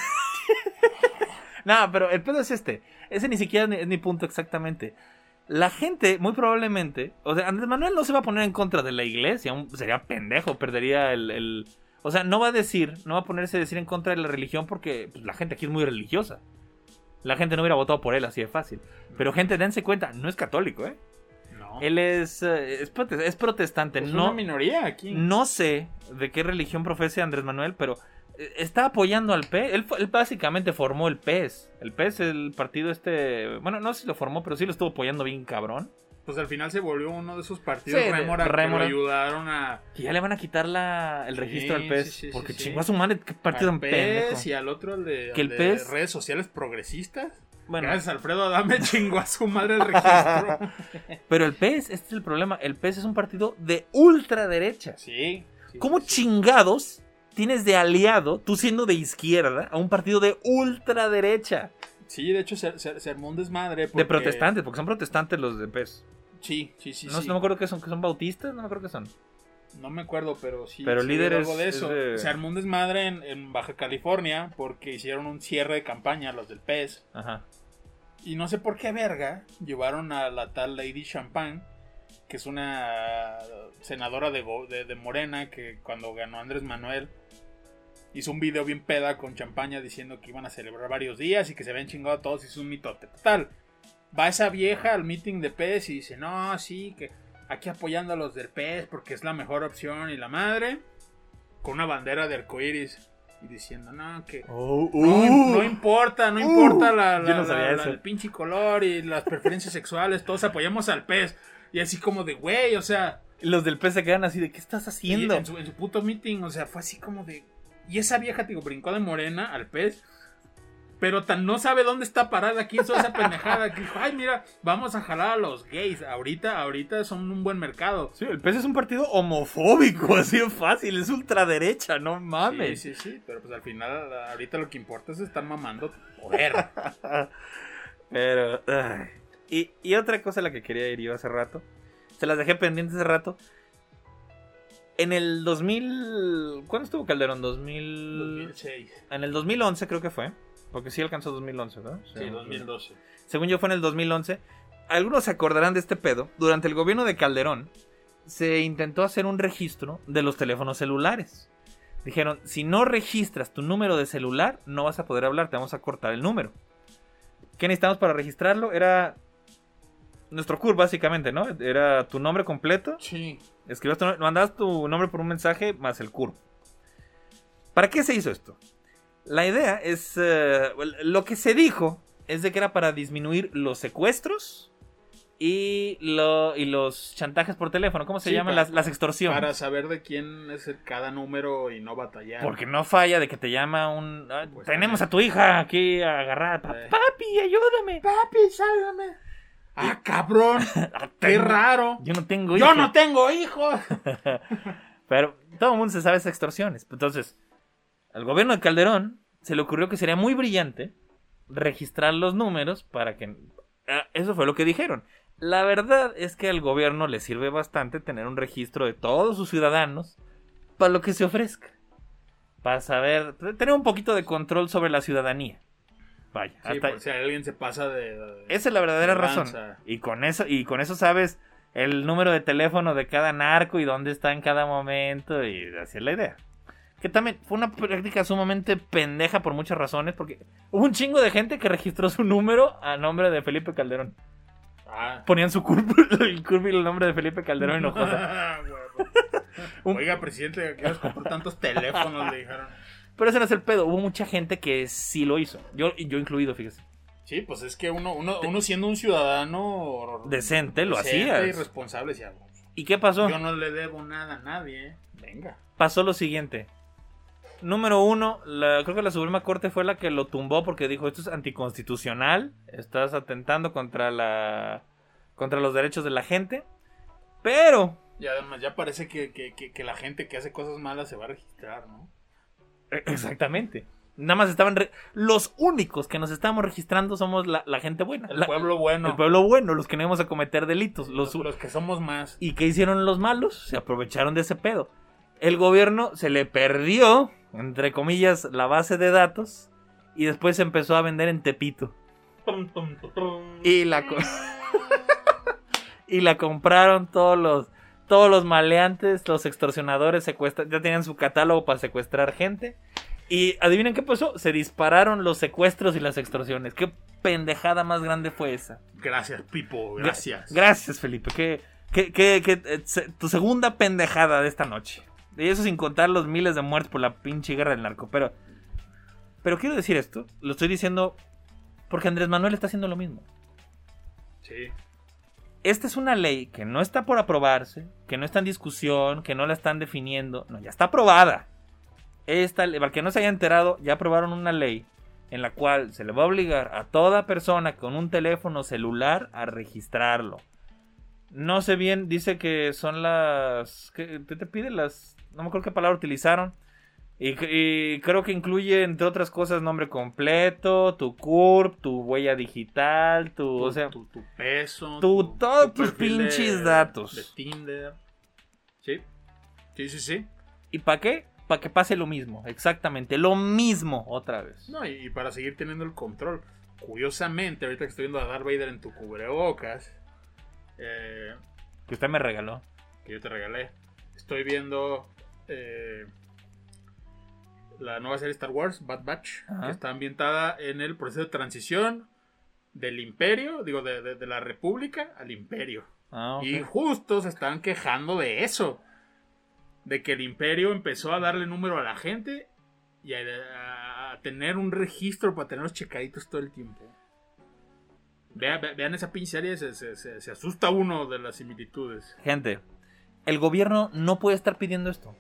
C: no, pero el pedo es este. Ese ni siquiera ni- es mi punto exactamente. La gente, muy probablemente, o sea, Andrés Manuel no se va a poner en contra de la iglesia. un- sería pendejo, perdería el, el- O sea, no va a decir, no va a ponerse a decir en contra de la religión porque pues, la gente aquí es muy religiosa. La gente no hubiera votado por él así de fácil. Pero gente, dense cuenta, no es católico, ¿eh?
B: No.
C: Él es, eh, es, prote- es protestante,
B: es
C: este no,
B: una minoría aquí.
C: no sé de qué religión profese Andrés Manuel, pero eh, está apoyando al PES. Él, fue- él básicamente formó el PES. El PES, el partido este. Bueno, no sé si lo formó, pero sí lo estuvo apoyando bien cabrón.
B: Pues al final se volvió uno de esos partidos
C: Sí, de-
B: rémora que lo
C: rémora.
B: ayudaron a...
C: Que ya le van a quitar la, el
B: Sí,
C: registro al
B: sí,
C: PES.
B: sí, sí,
C: porque
B: sí.
C: chingó a su madre, qué partido
B: al
C: tan pendejo.
B: PES y al otro al de,
C: Que
B: al de
C: el PES
B: redes sociales progresistas.
C: Bueno,
B: Gracias Alfredo *laughs* Adame chingó a su madre el registro.
C: pero el PES, este es el problema. El PES es un partido de
B: *laughs*
C: ultraderecha.
B: sí. sí,
C: ¿Cómo
B: sí.
C: chingados tienes de aliado, tú siendo de izquierda, a un partido de ultraderecha?
B: Sí, de hecho se, se- se armó un desmadre.
C: De
B: porque-
C: protestantes, porque son protestantes los de E PES.
B: Sí, sí, sí.
C: no,
B: sí.
C: no me acuerdo que son, que son bautistas, no me acuerdo que son.
B: No me acuerdo, pero sí.
C: Pero
B: sí,
C: líder
B: era algo
C: es-
B: de
C: es
B: eso.
C: de-
B: Se armó un desmadre en, en Baja California porque hicieron un cierre de campaña los del PES.
C: Ajá.
B: Y no sé por qué verga llevaron a la tal Lady Champagne, que es una senadora de, go- de- de Morena que cuando ganó Andrés Manuel hizo un video bien peda con champaña diciendo que iban a celebrar varios días y que se habían chingado a todos y es un mitote. Total, va esa vieja al meeting de PES y dice, no, sí, que aquí apoyando a los del PES porque es la mejor opción y la madre. con una bandera de arcoíris y diciendo, no, que
D: Oh,
B: no,
D: uh.
B: no importa, no
D: Uh.
B: importa la, la-
D: Yo no
B: la-
D: sabía
B: la-
D: eso.
B: el pinche color y las preferencias sexuales, todos apoyamos al pez. Y así como de, güey, o sea,
C: Y Los del pez se quedan así de, ¿qué estás
B: y
C: haciendo?
B: en, su, en su puto meeting, o sea, fue así como de... Y esa vieja, te digo, brincó de morena al pez. Pero tan no sabe dónde está parada aquí, hizo esa pendejada que dijo, ay, mira, vamos a jalar a los gays. Ahorita, ahorita son un buen mercado.
C: Sí, el PES es un partido homofóbico, *laughs* así de fácil, es ultraderecha, no mames.
B: Sí, sí, sí, pero pues al final, ahorita lo que importa es estar mamando poder.
C: Pero. ay. Y, y otra cosa a la que quería ir yo hace rato. Se las dejé pendientes hace rato. En el 2000. ¿Cuándo estuvo Calderón? 2000.
B: 2006,
C: En el 2011 creo que fue. Porque sí alcanzó 2011, ¿verdad?
B: sí, 2012.
C: Según yo fue en el 2011. Algunos se acordarán de este pedo. Durante el gobierno de Calderón se intentó hacer un registro de los teléfonos celulares. Dijeron, si no registras tu número de celular, no vas a poder hablar, te vamos a cortar el número. ¿Qué necesitamos para registrarlo? Era nuestro CUR, básicamente, ¿no? Era tu nombre completo,
B: Sí.
C: escribías tu nombre- mandabas tu nombre por un mensaje más el CUR. ¿Para qué se hizo esto? La idea es, eh, well, lo que se dijo es de que era para disminuir los secuestros y, lo- y los chantajes por teléfono, ¿cómo se
B: Sí,
C: llaman?
B: para-
C: las, las extorsiones.
B: Para saber de quién es el- cada número y no batallar.
C: Porque no falla de que te llama un... "Ah,
B: Pues
C: tenemos
B: también.
C: a tu hija aquí agarrada. Pa-
B: Eh.
C: Papi, ayúdame.
B: Papi, sálvame. Ah, cabrón.
C: *laughs* Ah,
B: Qué
C: tengo-
B: raro.
C: Yo no tengo
B: Yo
C: hija.
B: no tengo hijos.
C: Pero todo el mundo se sabe esas extorsiones. Entonces, al gobierno de Calderón se le ocurrió que sería muy brillante registrar los números para que... Ah, Eso fue lo que dijeron. La verdad es que al gobierno le sirve bastante tener un registro de todos sus ciudadanos para lo que se ofrezca. Para saber, tener un poquito de control sobre la ciudadanía. Vaya,
B: Sí,
C: hasta-
B: por si alguien se pasa de. de-
C: esa Ah, es la verdadera razón.
B: Lanza.
C: Y con eso, y con eso sabes el número de teléfono de cada narco y dónde está en cada momento. Y así es la idea. Que también fue una práctica sumamente pendeja por muchas razones, porque hubo un chingo de gente que registró su número a nombre de Felipe Calderón. *laughs*
B: Ah.
C: Ponían su curva, el curva y el nombre de Felipe
B: *laughs*
C: Calderón Hinojosa.
B: Huevo.
C: Un-
B: Oiga, presidente, ¿a ¿qué nos compró tantos teléfonos? Le dijeron.
C: Pero ese no es el pedo, hubo mucha gente que sí lo hizo. Yo, y yo incluido, fíjese.
B: Sí, pues es que uno, uno, uno siendo un ciudadano.
C: Decente, lo
B: decente
C: hacía.
B: y responsable decía, "Pues,
C: ¿Y qué pasó?
B: Yo no le debo nada a nadie. ¿eh? Venga.
C: pasó lo siguiente. Número uno, la- creo que la Suprema Corte fue la que lo tumbó porque dijo esto es anticonstitucional, estás atentando contra la contra los derechos de la gente. Pero
B: Y además ya parece que, que- que- que la gente que hace cosas malas se va a registrar, ¿no?
C: e, exactamente, nada más estaban re- los únicos que nos estamos registrando somos la, la gente buena,
B: El
C: la-
B: pueblo bueno.
C: el pueblo bueno, los que no íbamos a cometer delitos,
B: los,
C: los,
B: los que somos más.
C: ¿Y qué hicieron los malos? Se aprovecharon de ese pedo. El gobierno se le perdió, entre comillas, la base de datos y después se empezó a vender en Tepito.
B: Tum, tum, tum, tum.
C: Y la, co- *laughs* y la compraron todos los, todos los maleantes, los extorsionadores, secuestra- ya tenían su catálogo para secuestrar gente. Y adivinen qué pasó, se dispararon los secuestros y las extorsiones. ¿Qué pendejada más grande fue esa?
B: Gracias, Pipo. Gracias.
C: Gracias, Felipe. Que, que- que- que, eh, se- tu segunda pendejada de esta noche. Y eso sin contar los miles de muertos por la pinche guerra del narco. Pero, pero quiero decir esto. Lo estoy diciendo porque Andrés Manuel está haciendo lo mismo.
B: sí.
C: Esta es una ley que no está por aprobarse, que no está en discusión, que no la están definiendo. No, ya está aprobada. Esta, ley- para que no se haya enterado, ya aprobaron una ley en la cual se le va a obligar a toda persona con un teléfono celular a registrarlo. No sé bien, dice que son las... ¿Qué qué te pide las...? No me acuerdo qué palabra utilizaron. Y, y creo que incluye, entre otras cosas, nombre completo, tu CURP, tu huella digital, tu...
B: Tu,
C: o sea,
B: tu- tu peso.
C: tu- todos tus
B: perfil de-
C: pinches datos.
B: De Tinder. Sí. Sí, sí, sí.
C: ¿Y para qué? Para que pase lo mismo, exactamente, lo mismo otra vez.
B: No, y, y para seguir teniendo el control. Curiosamente, ahorita que estoy viendo a Darth Vader en tu cubrebocas, eh,
C: Que usted me regaló.
B: que yo te regalé, estoy viendo eh, la nueva serie Star Wars, Bad Batch,
C: Ajá.
B: que está ambientada en el proceso de transición del imperio, digo, de, de- de la república al imperio.
C: Ah, ok.
B: Y justo se están quejando de eso. de que el imperio empezó a darle número a la gente y a, a tener un registro para tenerlos checaditos todo el tiempo. Vea- ve- vean esa pinche serie, se, se- se- se asusta uno de las similitudes.
C: Gente, el gobierno no puede estar pidiendo esto.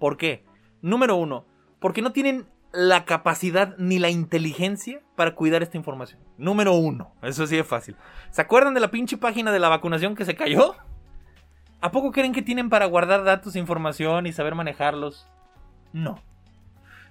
C: ¿Por qué? Número uno, porque no tienen la capacidad ni la inteligencia para cuidar esta información. Número uno, eso sí es fácil. ¿Se acuerdan de la pinche página de la vacunación que se cayó? ¿A poco creen que tienen para guardar datos, información y saber manejarlos? No.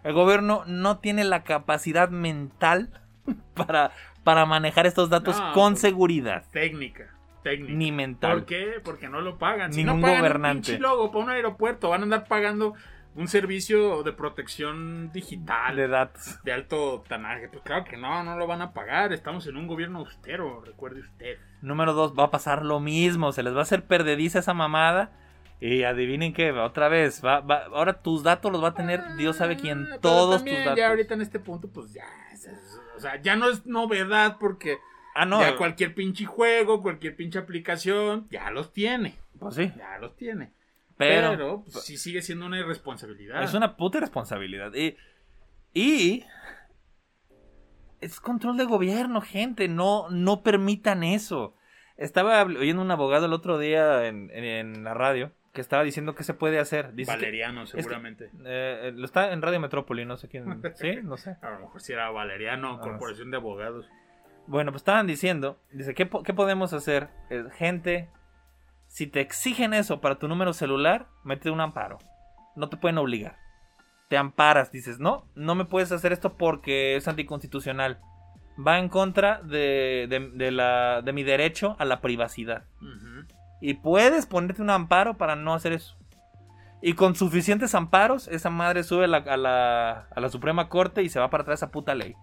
C: El gobierno no tiene la capacidad mental *laughs* para, para manejar estos datos
B: No,
C: con
B: pues,
C: seguridad.
B: Técnica, técnica.
C: Ni mental.
B: ¿Por qué? Porque no lo pagan. Si
C: Ningún
B: no pagan
C: gobernante.
B: Un pinche logo para un aeropuerto, van a andar pagando un servicio de protección digital
C: de
B: de,
C: datos.
B: alto tanaje. Pues claro que no, no lo van a pagar. Estamos en un gobierno austero, recuerde usted.
C: Número dos, va a pasar lo mismo. Se les va a hacer perdediza esa mamada. Y adivinen qué, otra vez. Va, va- ahora tus datos los va a tener Dios sabe quién.
B: Ah, pero
C: todos
B: también
C: tus datos.
B: Ya ahorita en este punto, pues ya. es- es- O sea, ya no es novedad porque
C: Ah, no.
B: ya cualquier pinche juego, cualquier pinche aplicación, ya los tiene.
C: Pues sí.
B: Ya los tiene.
C: Pero,
B: Pero, pues, sí sigue siendo una irresponsabilidad.
C: es una puta responsabilidad. Y, y es control de gobierno, gente. No, no permitan eso. Estaba habl- oyendo un abogado el otro día en, en- en la radio que estaba diciendo qué se puede hacer. Dice que-
B: Valeriano,
C: que-
B: seguramente.
C: eh, lo está en Radio Metrópoli, no sé
B: *laughs*
C: quién. Sí, no sé.
B: A lo mejor si era Valeriano,
C: Ah,
B: Corporación de Abogados.
C: Bueno, pues estaban diciendo, dice, ¿qué, po- qué podemos hacer? Eh, gente, si te exigen eso para tu número celular, mete un amparo. No te pueden obligar. Te amparas, dices, no, no me puedes hacer esto porque es anticonstitucional. Va en contra de, de- de la- de mi derecho a la privacidad.
B: Ujú.
C: Y puedes ponerte un amparo para no hacer eso. Y con suficientes amparos, esa madre sube a la, a la- a la Suprema Corte y se va para atrás esa puta ley.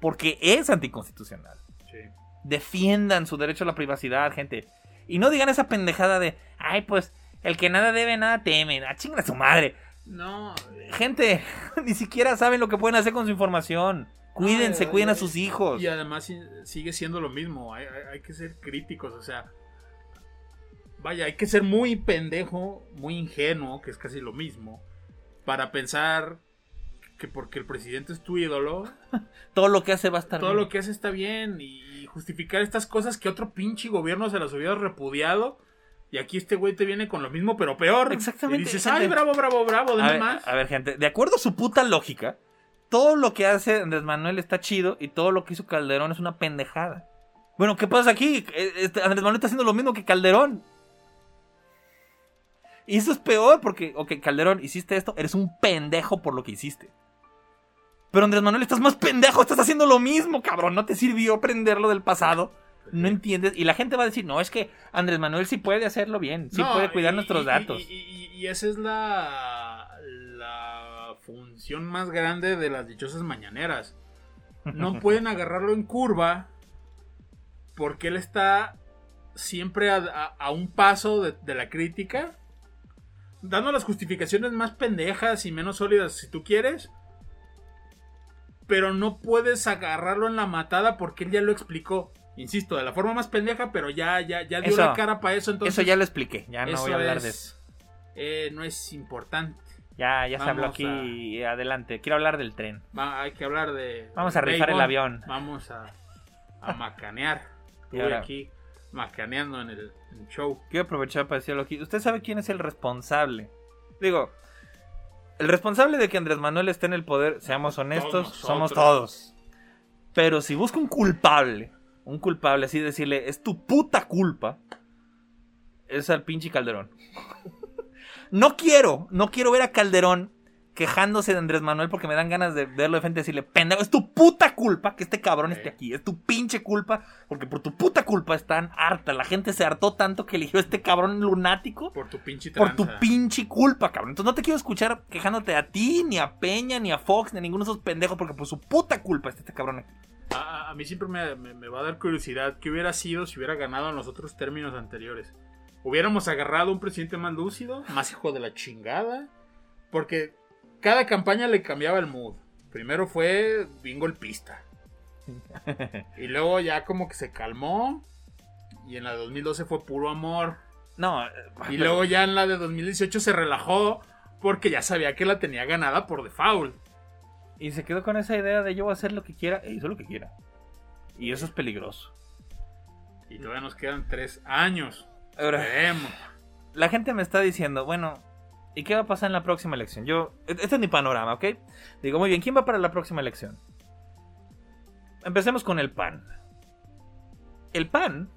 C: Porque es anticonstitucional
B: Sí.
C: defiendan su derecho a la privacidad, gente. Y no digan esa pendejada de, ay, pues, el que nada debe, nada teme. A chingar a su madre.
B: No,
C: Gente, *laughs* ni siquiera saben lo que pueden hacer con su información. Cuídense,
B: Ay,
C: cuiden a
B: ay,
C: sus hijos.
B: Y además si- sigue siendo lo mismo, hay, hay- hay que ser críticos, o sea, vaya, hay que ser muy pendejo, muy ingenuo, que es casi lo mismo, para pensar que porque el presidente es tu ídolo,
C: Todo lo que hace va a estar
B: todo
C: bien.
B: lo que hace está bien y justificar estas cosas que otro pinche gobierno se las hubiera repudiado. Y aquí este güey te viene con lo mismo, pero peor.
C: Exactamente,
B: Y dices,
C: gente.
B: ay, bravo, bravo, bravo,
C: a,
B: deme
C: ver,
B: más.
C: a ver, gente, de acuerdo a su puta lógica, todo lo que hace Andrés Manuel está chido y todo lo que hizo Calderón es una pendejada. Bueno, ¿qué pasa aquí? Eh, este, Andrés Manuel está haciendo lo mismo que Calderón. Y eso es peor porque, ok, Calderón, hiciste esto, eres un pendejo por lo que hiciste. Pero Andrés Manuel, estás más pendejo, estás haciendo lo mismo, cabrón. No te sirvió aprenderlo del pasado. No entiendes. Y la gente va a decir, no, es que Andrés Manuel sí puede hacerlo bien, sí
B: No,
C: puede cuidar
B: y-
C: nuestros
B: y-
C: datos.
B: Y, y- y esa es la, la función más grande de las dichosas mañaneras.
C: *laughs*
B: No pueden agarrarlo en curva porque él está siempre a, a- a un paso de, de la crítica, dando las justificaciones más pendejas y menos sólidas si tú quieres. Pero no puedes agarrarlo en la matada porque él ya lo explicó. Insisto, de la forma más pendeja, pero ya, ya, ya dio
C: Eso.
B: la cara para eso. Entonces,
C: eso ya lo expliqué, ya no
B: eso
C: voy a hablar de eso.
B: es, eh, no es importante.
C: Ya, ya se habló
B: Vamos
C: aquí. Adelante. Quiero hablar del tren.
B: Va- hay que hablar de.
C: Vamos a
B: de
C: rifar el
B: béisbol.
C: avión.
B: Vamos a,
C: *laughs*
B: a macanear.
C: Y
B: Estuve
C: ahora-
B: aquí macaneando en el en el show.
C: Quiero aprovechar para decirlo aquí. ¿Usted sabe quién es el responsable? Digo, el responsable de que Andrés Manuel esté en el poder, seamos honestos,
B: Todos
C: somos
B: nosotros.
C: todos. Pero si busca un culpable, un culpable así decirle, es tu puta culpa, es al pinche Calderón. no quiero, no quiero ver a Calderón quejándose de Andrés Manuel porque me dan ganas de verlo de frente y decirle, pendejo, es tu puta culpa que este cabrón
B: Sí.
C: esté aquí, es tu pinche culpa, porque por tu puta culpa están harta, la gente se hartó tanto que eligió a este cabrón lunático
B: Por tu pinche
C: por tu
B: tranza.
C: pinche culpa, cabrón. Entonces no te quiero escuchar quejándote a ti, ni a Peña, ni a Fox, ni a ninguno de esos pendejos, porque por su puta culpa está este cabrón aquí.
B: A, a- a mí siempre me, me- me va a dar curiosidad. ¿Qué hubiera sido si hubiera ganado en los otros términos anteriores? ¿Hubiéramos agarrado un presidente más lúcido? ¿Más hijo de la chingada? Porque cada campaña le cambiaba el mood. Primero fue bien
C: *laughs*
B: golpista. Y luego ya como que se calmó. Y en la 2012 fue puro amor.
C: No, eh,
B: Y luego ya en la de 2018 se relajó porque ya sabía que la tenía ganada por default.
C: Y se quedó con esa idea de yo voy a hacer lo que quiera e hizo lo que quiera. Y eso es peligroso.
B: Y todavía nos quedan tres años.
C: Ahora,
B: Veremos.
C: la gente me está diciendo, bueno, ¿y qué va a pasar en la próxima elección? Yo, este es mi panorama, ¿ok? Digo, muy bien, ¿quién va para la próxima elección? Empecemos con el PAN. El PAN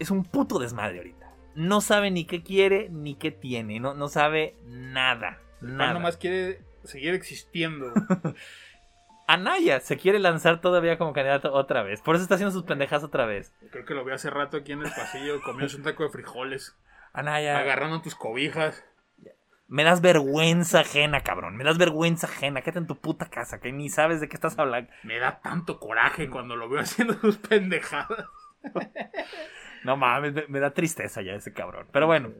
C: es un puto desmadre ahorita. No sabe ni qué quiere ni qué tiene. No, no sabe nada.
B: Juan
C: nada.
B: nomás quiere seguir existiendo.
C: Anaya se quiere lanzar todavía como candidato otra vez. Por eso está haciendo sus pendejas otra vez.
B: Creo que lo vi hace rato aquí en el pasillo comiéndose un taco de frijoles,
C: Anaya.
B: agarrando tus cobijas.
C: Me das vergüenza ajena, cabrón. Me das vergüenza ajena. Quédate en tu puta casa, que ni sabes de qué estás hablando.
B: Me da tanto coraje cuando lo veo *laughs* haciendo sus pendejadas.
C: No mames, me, me da tristeza ya ese cabrón. Pero bueno,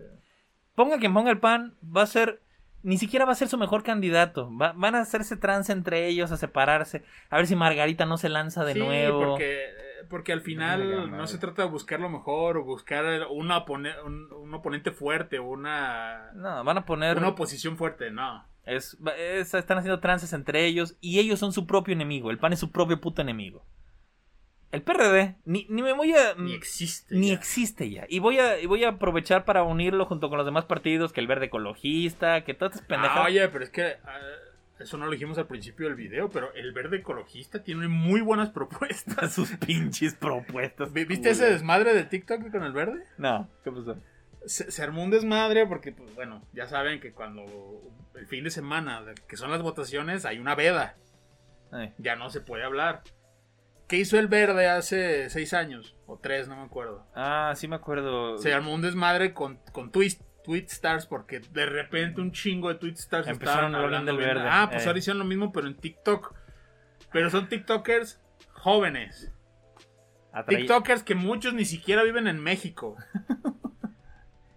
C: ponga quien ponga el pan, va a ser. Ni siquiera va a ser su mejor candidato. Va- van a hacerse trance entre ellos, a separarse. A ver si Margarita no se lanza de
B: sí,
C: nuevo.
B: Porque, eh, porque al
D: Verga,
B: final no
D: madre.
B: se trata de buscar lo mejor o buscar una opone- un, un oponente fuerte o una,
C: No, van a poner.
B: una oposición fuerte, no.
C: Es, es- están haciendo trances entre ellos y ellos son su propio enemigo. El PAN es su propio puto enemigo. El PRD, ni, ni me voy a.
B: Ni existe.
C: ni
B: ya.
C: existe ya. Y voy a, y voy a aprovechar para unirlo junto con los demás partidos, que el verde ecologista, que todas estas pendejadas.
B: Ah, oye, pero es que ah, eso no lo dijimos al principio del video, pero el verde ecologista tiene muy buenas propuestas.
C: *laughs* Sus pinches propuestas.
B: ¿Vi- ¿Viste ese
C: culeras.
B: desmadre de TikTok con el verde?
C: No, ¿qué pasó?
B: Se, se armó un desmadre porque, pues, bueno, ya saben que cuando el fin de semana, que son las votaciones, hay una veda.
C: Ay,
B: Ya no se puede hablar. ¿Qué hizo el verde hace seis años? O tres, no me acuerdo.
C: Ah, sí me acuerdo.
B: Se armó un desmadre con, con Twist. Stars porque de repente un chingo de Tweet Stars
C: Empezaron a hablar del
B: bien.
C: verde,
B: Ah, pues
C: eh.
B: ahora hicieron lo mismo pero en TikTok. Pero son TikTokers jóvenes.
C: Atraí-
B: TikTokers que muchos ni siquiera viven en México.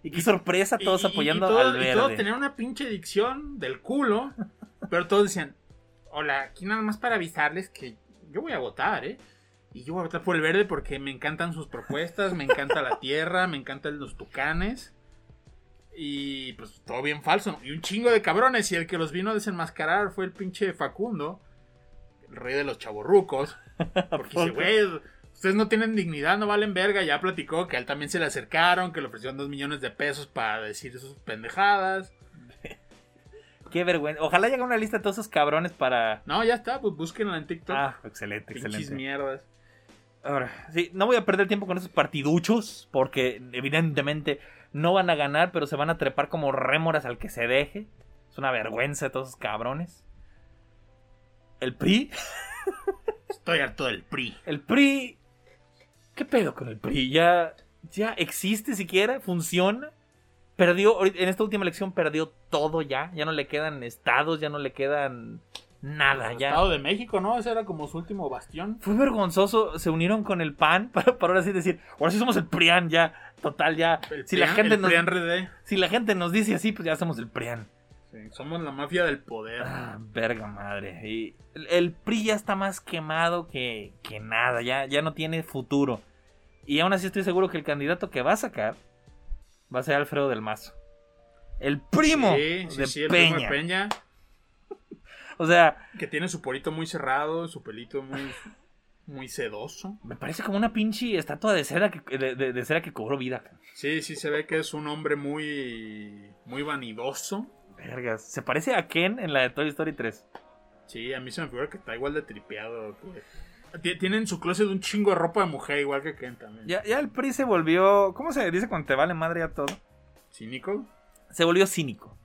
C: Y qué sorpresa, *laughs* todos
B: Y- y- y
C: apoyando
B: todo-
C: al
B: Y todos
C: verde.
B: tenían una pinche adicción del culo, pero todos decían, hola, aquí nada más para avisarles que yo voy a votar, ¿eh? Y yo voy a votar por el verde porque me encantan sus propuestas, me encanta la tierra, me encantan los tucanes. Y pues todo bien falso, ¿no? Y un chingo de cabrones. Y el que los vino a desenmascarar fue el pinche Facundo, el rey de los
C: *laughs*
B: chavorrucos. Porque dice, güey, ustedes no tienen dignidad, no valen verga. Ya platicó que a él también se le acercaron, que le ofrecieron dos millones de pesos para decir sus pendejadas.
C: Qué vergüenza. Ojalá llegue una lista de todos esos cabrones para.
B: No, ya está, pues búsquenla en TikTok.
C: Ah, excelente,
B: Pinches
C: excelente.
B: mierdas.
C: Ahora, sí, no voy a perder tiempo con esos partiduchos, porque evidentemente no van a ganar, pero se van a trepar como rémoras al que se deje. Es una vergüenza de todos esos cabrones. El PRI,
B: Estoy harto del PRI.
C: el PRI. ¿Qué pedo con el PRI? Ya, ya existe siquiera, funciona. Perdió, ahorita- en esta última elección perdió todo ya. Ya no le quedan estados, ya no le quedan nada.
B: El
C: Ya.
B: Estado de México, ¿no? Ese era como su último bastión.
C: Fue vergonzoso, se unieron con el PAN *laughs* para, para ahora sí decir, ahora sí somos el PRIAN ya, total ya.
B: El
C: Si
B: PRI-
C: la, gente
B: el
C: nos,
B: PRI RD.
C: si la gente nos dice así, pues ya somos el PRIAN.
B: Sí, somos la mafia del poder.
C: Ah, verga madre. Y el, el PRI ya está más quemado que, que nada, ya, ya no tiene futuro. Y aún así estoy seguro que el candidato que va a sacar va a ser Alfredo del Mazo. El primo
B: Sí, sí,
C: de
B: sí, el
C: Peña.
B: primo de Peña,
C: O sea,
B: que tiene su porito muy cerrado, su pelito muy, muy sedoso.
C: me parece como una pinche estatua de cera que, de, de- de cera que cobró vida. cabrón.
B: Sí, sí, se ve que es un hombre muy, muy vanidoso.
C: Vergas, se parece a Ken en la de Toy Story 3.
B: Sí, a mí se me figura que está igual de tripeado. que- Ti- Tiene en su closet un chingo de ropa de mujer, igual que Ken también.
C: Ya, ya el PRI se volvió. ¿Cómo se dice cuando te vale madre a todo?
B: ¿Cínico?
C: Se volvió cínico.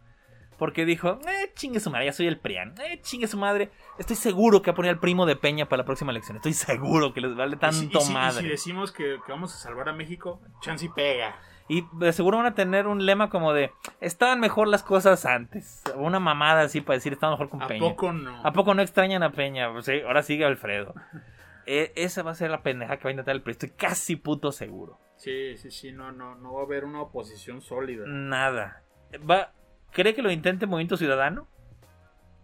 C: Porque dijo, eh, chingue su madre, ya soy el PRIAN. Eh, chingue su madre. Estoy seguro que va a poner al primo de Peña para la próxima elección. Estoy seguro que les vale
B: Y si- y
C: tanto
B: si, y si
C: madre.
B: decimos que, que vamos a salvar a México, chance y pega.
C: Y de seguro van a tener un lema como de, estaban mejor las cosas antes. O Una mamada así para decir, estaban mejor con
B: ¿A
C: Peña.
B: poco no?
C: ¿A poco no extrañan a Peña? Pues sí, ahora sigue Alfredo. E- esa va a ser la pendeja que va a intentar el PRI. Estoy casi puto seguro.
B: Sí, sí, sí, no, no, no va a haber una oposición sólida.
C: Mm. Nada. Va, ¿Cree que lo intente Movimiento Ciudadano?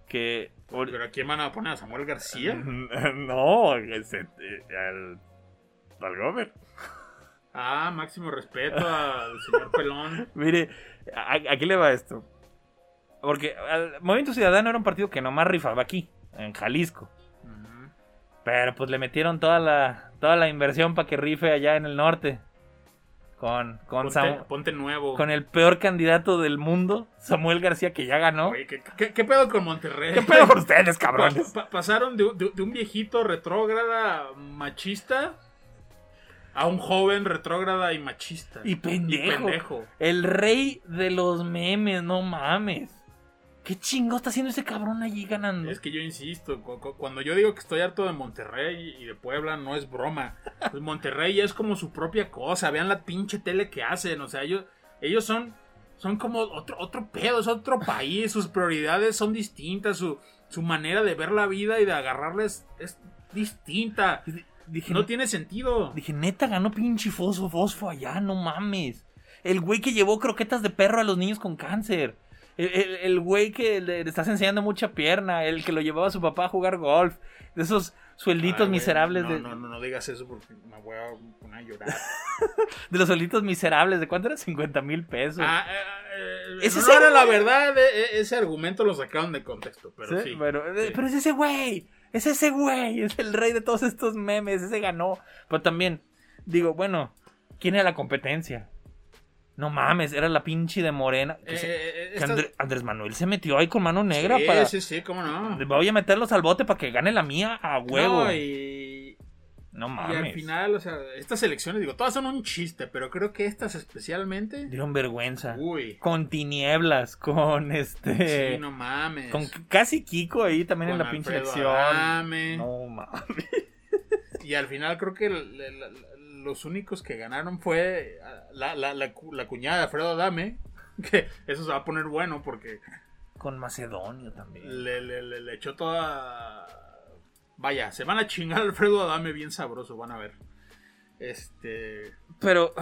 C: Que.
B: ¿Pero a quién van a poner? ¿A Samuel *laughs* García?
D: No, ese, eh, al, al Gober.
B: Ah, máximo respeto al señor Pelón.
C: Mire, a- aquí le va esto. Porque al Movimiento Ciudadano era un partido que nomás rifaba aquí, en Jalisco.
B: Ujú.
C: Pero pues le metieron toda la, toda la inversión para que rife allá en el norte. Con, con,
B: Ponte,
C: Samu-
B: ponte nuevo.
C: con el peor candidato del mundo, Samuel García, que ya ganó.
B: Oye, ¿qué, qué- qué pedo con Monterrey?
C: ¿Qué pedo con ustedes,
B: Pa-
C: cabrones?
B: pa- pasaron de, de- de un viejito retrógrada machista a un joven retrógrada y machista.
C: Y pendejo.
B: pendejo.
C: El rey de los memes, no mames. ¿Qué chingo está haciendo ese cabrón allí ganando?
B: Es que yo insisto, cu- cu- cuando yo digo que estoy harto de Monterrey y de Puebla, no es broma. Pues Monterrey ya es como su propia cosa. Vean la pinche tele que hacen. O sea, ellos, ellos son, son como otro, otro pedo, es otro país. Sus prioridades son distintas. Su, su manera de ver la vida y de agarrarles es distinta.
C: Dije,
B: No tiene sentido.
C: Dije, neta, ganó pinche fosfo, fosfo allá, no mames. El güey que llevó croquetas de perro a los niños con cáncer. El, el- el güey que le, le estás enseñando mucha pierna. El que lo llevaba a su papá a jugar golf. De esos suelditos
B: Ay, güey,
C: miserables.
B: no,
C: de,
B: No, no, no digas eso porque me voy a poner a
C: *laughs*
B: llorar.
C: de los suelditos miserables. ¿De cuánto eran? 50 mil pesos.
B: Ah, eh, eh,
C: Ese
B: no
C: sí,
B: era la
C: güey.
B: verdad, eh, eh, ese argumento lo sacaron de contexto, pero sí.
C: Pero, eh,
B: sí.
C: pero es ese güey. Es ese güey. Es el rey de todos estos memes. Ese ganó. Pero también, digo, bueno, ¿quién era la competencia? No mames, era la pinche de Morena.
B: Eh,
C: Que se-
B: eh, eh,
C: que
B: esta-
C: Andr- Andrés Manuel se metió ahí con mano negra
B: sí,
C: para.
B: sí, sí, cómo no.
C: Voy a meterlos al bote para que gane la mía a huevo.
B: No,
C: No,
B: y, y
C: mames.
B: al final, o sea, estas elecciones, digo, todas son un chiste, pero creo que estas especialmente.
C: Dieron vergüenza.
B: Uy.
C: Con tinieblas, con este.
B: sí, no mames.
C: Con c- casi Kiko ahí también en
B: Con
C: la pinche
B: Alfredo
C: elección.
B: Adame.
C: No mames.
B: Y al final creo que el- el- el- los únicos que ganaron fue ah, la, la- la cu- la cuñada de Alfredo Adame. *laughs* Que eso se va a poner bueno porque
C: Con Macedonio también.
B: le, le- le- le echó toda. Vaya, se van a chingar a Alfredo Adame bien sabroso, van a ver. Este.
C: Pero,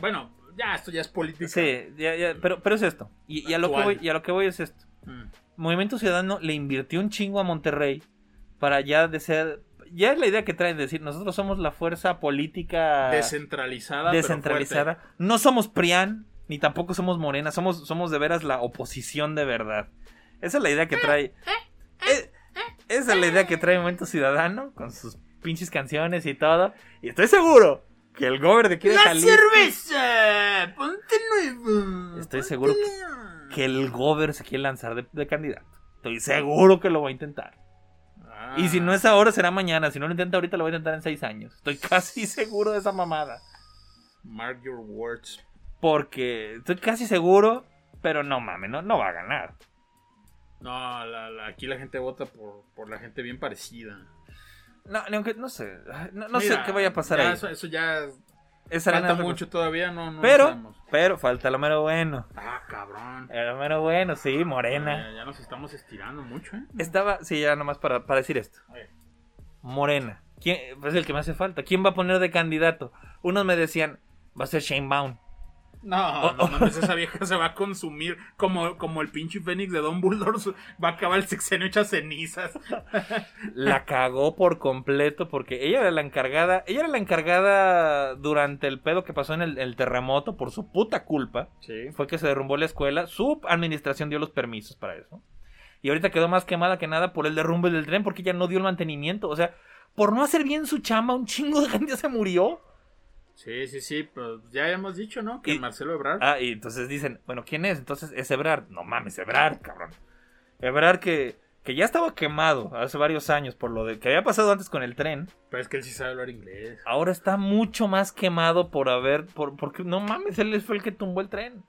B: Bueno, ya, esto ya es política.
C: sí, ya- ya, pero, pero es esto. Y, y a lo que
B: Actual.
C: voy, y a lo que voy es esto.
B: Mm.
C: Movimiento Ciudadano le invirtió un chingo a Monterrey para ya de ser. Ya es la idea que traen, de decir, nosotros somos la fuerza política
B: Descentralizada. pero
C: Ah, descentralizada. No somos PRIAN, ni tampoco somos Morena, somos, somos de veras la oposición de verdad. Esa es la idea que trae. Es- esa es la idea que trae Movimiento Ciudadano, con sus pinches canciones y todo. Y estoy seguro que el gober de aquí de Jalisco-
B: cerveza! ¡Ponte nuevo!
C: Estoy seguro que el gober se quiere lanzar de, de candidato. Estoy seguro que lo va a intentar. Y si no
B: Ah.
C: es ahora, será mañana. Si no lo intenta ahorita, lo va a intentar en seis años. Estoy casi seguro de esa mamada.
B: Ah, Mark your words.
C: Porque estoy casi seguro, pero no mames, no, no va a ganar.
B: No, la- la- aquí la gente vota por, por la gente bien parecida.
C: No, ni aunque- no sé, ay, no, no sé
B: Mira,
C: qué vaya a pasar
B: ya
C: ahí.
B: Eso, eso ya
C: Es arena de
B: falta
C: otra
B: mucho todavía, no, no
C: cosa. Pero,
B: sabemos.
C: pero falta lo mero bueno.
B: Ah, cabrón.
C: Lo mero bueno, sí, Morena.
B: Ya, ya nos estamos estirando mucho, ¿eh?
C: Estaba, sí, ya nomás para, para decir esto.
B: A ver.
C: Morena. ¿Quién, pues, es el que me hace falta. ¿Quién va a poner de candidato? Unos me decían, va a ser Shane Baum.
B: No,
C: Oh,
B: no
C: oh.
B: mames, esa vieja se va a consumir como, como el pinche Fénix de Don Bulldor. Va a acabar el sexenio hecha cenizas. *laughs*
C: La cagó por completo porque ella era la encargada. Ella era la encargada durante el pedo que pasó en el- el terremoto por su puta culpa.
B: Sí.
C: fue que se derrumbó la escuela. Su administración dio los permisos para eso. Y ahorita quedó más quemada que nada por el derrumbe del tren porque ella no dio el mantenimiento. O sea, por no hacer bien su chamba, un chingo de gente *laughs* se murió.
B: Sí, sí, sí, pues ya hemos dicho, ¿no? Que
C: Y-
B: Marcelo Ebrard.
C: Ah, y entonces dicen, bueno, ¿quién es? Entonces es Ebrard. No mames, Ebrard, cabrón. Ebrard que, que ya estaba quemado hace varios años por lo de que había pasado antes con el tren.
B: Pero es que él sí sabe hablar inglés.
C: Ahora está mucho más quemado por haber. Por, porque no mames, él fue el que tumbó el tren.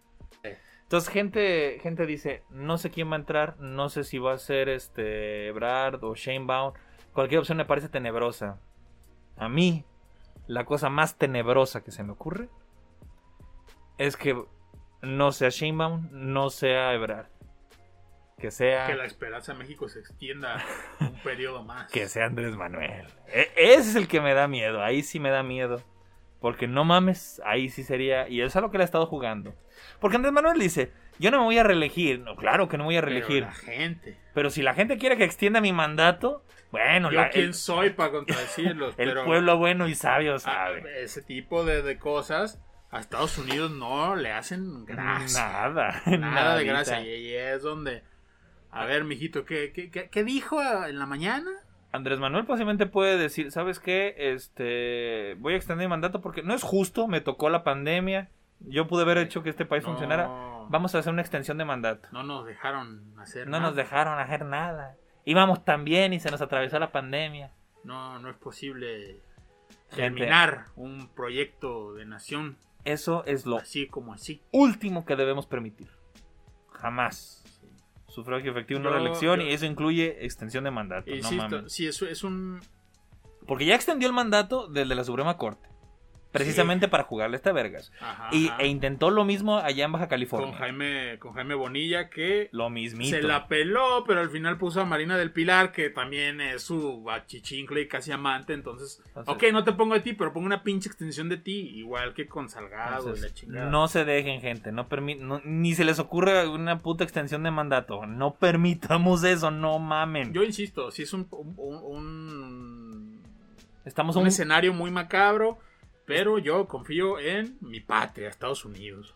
C: Entonces, gente, gente dice: No sé quién va a entrar, no sé si va a ser este Brad o Shane Baum. Cualquier opción me parece tenebrosa. A mí, la cosa más tenebrosa que se me ocurre es que no sea Shane Baum, no sea Ebrard. Que sea.
B: Que la esperanza de México se extienda
C: *laughs*
B: un periodo más.
C: Que sea Andrés Manuel. E- ese es el que me da miedo. Ahí sí me da miedo. Porque no mames, ahí sí sería. Y eso es a lo que le ha estado jugando. Porque Andrés Manuel dice: Yo no me voy a reelegir. No, claro que no me voy a
B: Pero
C: reelegir.
B: la gente.
C: Pero, si la gente quiere que extienda mi mandato, bueno,
B: Yo
C: la-
B: quién
C: el,
B: soy para contradecirlos,
C: *laughs* el
B: pero
C: pueblo bueno y sabio
B: a-
C: sabe.
B: ese tipo de, de cosas a Estados Unidos no le hacen gracia.
C: Nada,
B: Ah,
C: *laughs*
B: Nada de
C: nadita.
B: gracia. Y ahí es donde. A ver, mijito, ¿qué, qué, qué- qué dijo en la mañana?
C: Andrés Manuel posiblemente puede decir, ¿sabes qué? Este, voy a extender mi mandato porque no es justo, me tocó la pandemia, yo pude haber hecho que este país funcionara,
B: No,
C: vamos a hacer una extensión de mandato.
B: no nos dejaron hacer
C: No
B: nada.
C: nos dejaron hacer nada. Íbamos tan bien y se nos atravesó la pandemia.
B: No, no es posible
C: Gente.
B: terminar un proyecto de nación
C: Eso es lo
B: así como así.
C: último que debemos permitir. Jamás. Sufragio efectivo, no
B: Yo-
C: reelección,
B: yo-
C: y eso incluye extensión de mandato. Pues no
B: Insisto,
C: mames.
B: sí, eso es un.
C: Porque ya extendió el mandato desde la Suprema Corte. Precisamente para jugarle a esta vergas.
B: Ajá,
C: Y,
B: ajá.
C: e intentó lo mismo allá en Baja California.
B: con Jaime, con Jaime Bonilla que
C: Lo mismito.
B: se la peló, pero al final puso a Marina del Pilar, que también es su bachichincle y casi amante, entonces,
C: Entonces-
B: ok, no te pongo de ti, pero pongo una pinche extensión de ti, igual que con Salgado y
C: Entonces,
B: la chingada.
C: no se dejen, gente. No permi- no- ni se les ocurre una puta extensión de mandato. No permitamos eso, no mamen.
B: Yo insisto, si es un, un- un-
C: Estamos
B: un
C: un-
B: escenario muy macabro, pero yo confío en mi patria, Estados
C: *laughs*
B: Unidos.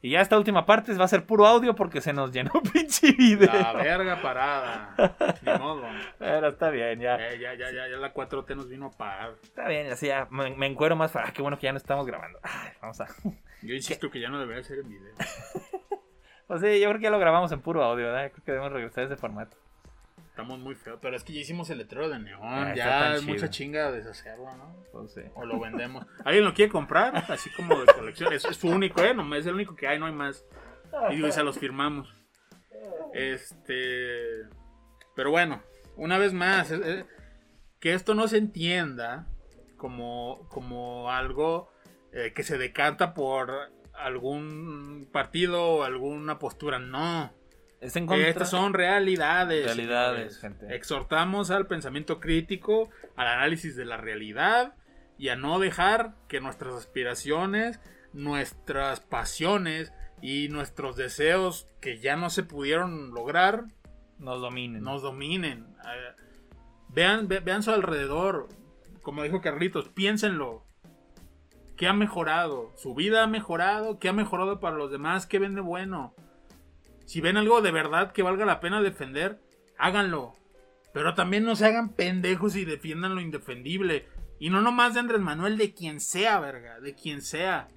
C: Y ya esta última parte va a ser puro audio porque se nos llenó *laughs* pinche video.
B: La verga parada. Ni modo.
C: Pero está bien, ya.
B: Eh, ya, ya, ya, ya la 4T nos vino a parar.
C: Está bien, así ya me, me encuero más. fa- Ah, qué bueno que ya no estamos grabando. Ay, vamos a.
B: Yo insisto que ya no debería ser en video.
C: Pues sí, yo creo que ya lo grabamos en puro audio, ¿verdad? Creo que debemos regresar a ese formato.
B: Estamos muy feos, pero es que ya hicimos el letrero de neón.
C: Ah, está tan
B: ya es
C: chido.
B: mucha chinga deshacerlo, ¿no?
C: Pues sí.
B: O lo vendemos. *laughs* ¿Alguien lo quiere comprar? Así como de colección. Es, es su único, ¿eh? No, es el único que hay, no hay más. Y digo, y se los firmamos. Este. Pero bueno, una vez más, eh, eh, que esto no se entienda como, como algo eh, que se decanta por algún partido o alguna postura. No.
C: Es en
B: Eh,
C: contra.
B: Estas son realidades.
C: Realidades,
B: señores.
C: gente.
B: Exhortamos al pensamiento crítico, al análisis de la realidad y a no dejar que nuestras aspiraciones, nuestras pasiones y nuestros deseos que ya no se pudieron lograr
C: Nos dominen.
B: nos dominen. Eh, Vean, ve- vean su alrededor. Como dijo Carlitos, piénsenlo. ¿Qué ha mejorado? ¿Su vida ha mejorado? ¿Qué ha mejorado para los demás? ¿Qué vende bueno? Si ven algo de verdad que valga la pena defender, háganlo. Pero también no se hagan pendejos y defiendan lo indefendible. Y no nomás de Andrés Manuel, de quien sea, verga, de quien sea.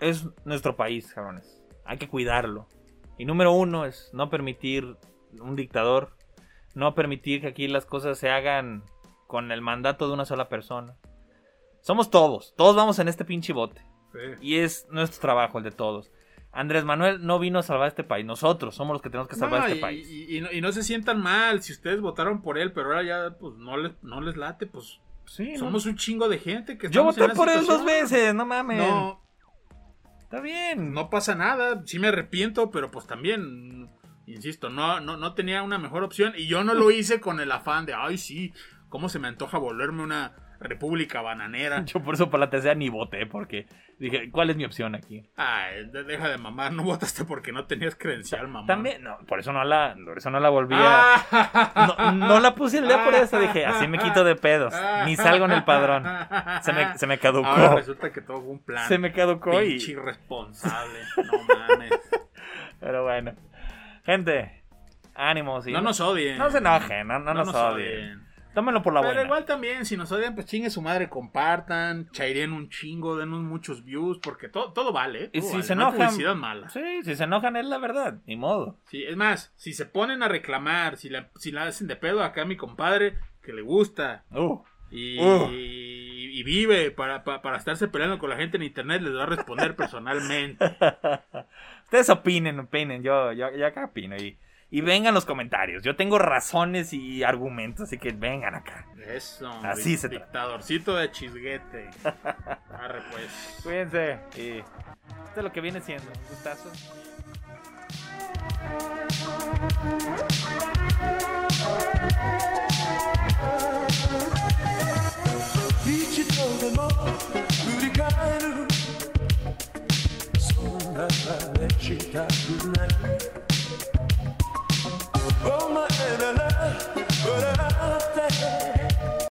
C: es nuestro país, cabrones. Hay que cuidarlo. Y número uno es no permitir un dictador, no permitir que aquí las cosas se hagan con el mandato de una sola persona. Somos todos, todos vamos en este pinche bote. Y es nuestro trabajo, el de todos. Andrés Manuel no vino a salvar este país, nosotros somos los que tenemos que salvar
B: No,
C: este
B: y-
C: país.
B: y- y no- y no se sientan mal si ustedes votaron por él, pero ahora ya pues, no, les, no les late, pues
C: Sí, ¿no?
B: Somos un chingo de gente que
C: Yo
B: estamos
C: voté
B: en
C: por
B: esa
C: él dos
B: situación.
C: veces, no mames.
B: No,
C: Está bien.
B: no pasa nada. Sí me arrepiento, pero pues también, insisto, no, no, no tenía una mejor opción. Y yo no
C: *laughs*
B: lo hice con el afán de, ay, sí, cómo se me antoja volverme una república bananera.
C: Yo por eso por la tercera ni voté, porque dije, ¿cuál es mi opción aquí?
B: Ay, de- deja de mamar, no votaste porque no tenías credencial, mamá.
C: También, no, por eso no la, por eso no la volví a...
B: Ah,
C: No,
B: *laughs*
C: no la puse el día por eso, dije, así me quito de pedos, ni salgo en el padrón. Se me, se me caducó.
B: Ah. Ahora resulta que todo fue un plan.
C: se me caducó y...
B: Pinche irresponsable. No mames.
C: Pero bueno. Gente, ánimos. Y...
B: No nos odien.
C: No se enojen, no, no nos, odien. Tómenlo por la
B: Pero
C: buena.
B: igual también, si nos odian, pues chingue su madre, compartan, chairen un chingo, denos muchos views, porque todo, todo vale. ¿eh?
C: Y
B: todo
C: si
B: vale,
C: se
B: no hay
C: enojan-
B: publicidad mala.
C: Sí, si se enojan es la verdad, ni modo.
B: Sí, es más, si se ponen a reclamar, si la, si la hacen de pedo acá a mi compadre, que le gusta,
C: Uh,
B: y,
C: Uh.
B: y- y vive para, pa- para estarse peleando con la gente en internet, les va a responder *laughs* personalmente.
C: Ustedes opinen, opinen, yo, yo, yo acá opino y... Y vengan los comentarios. Yo tengo razones y argumentos, así que vengan acá.
B: Eso,
C: Así
B: di-
C: se trata.
B: dictadorcito de
C: *laughs*
B: chisguete. Arre pues.
C: Cuídense. Y esto es lo que viene siendo. Un gustazo.
E: that you talk good night.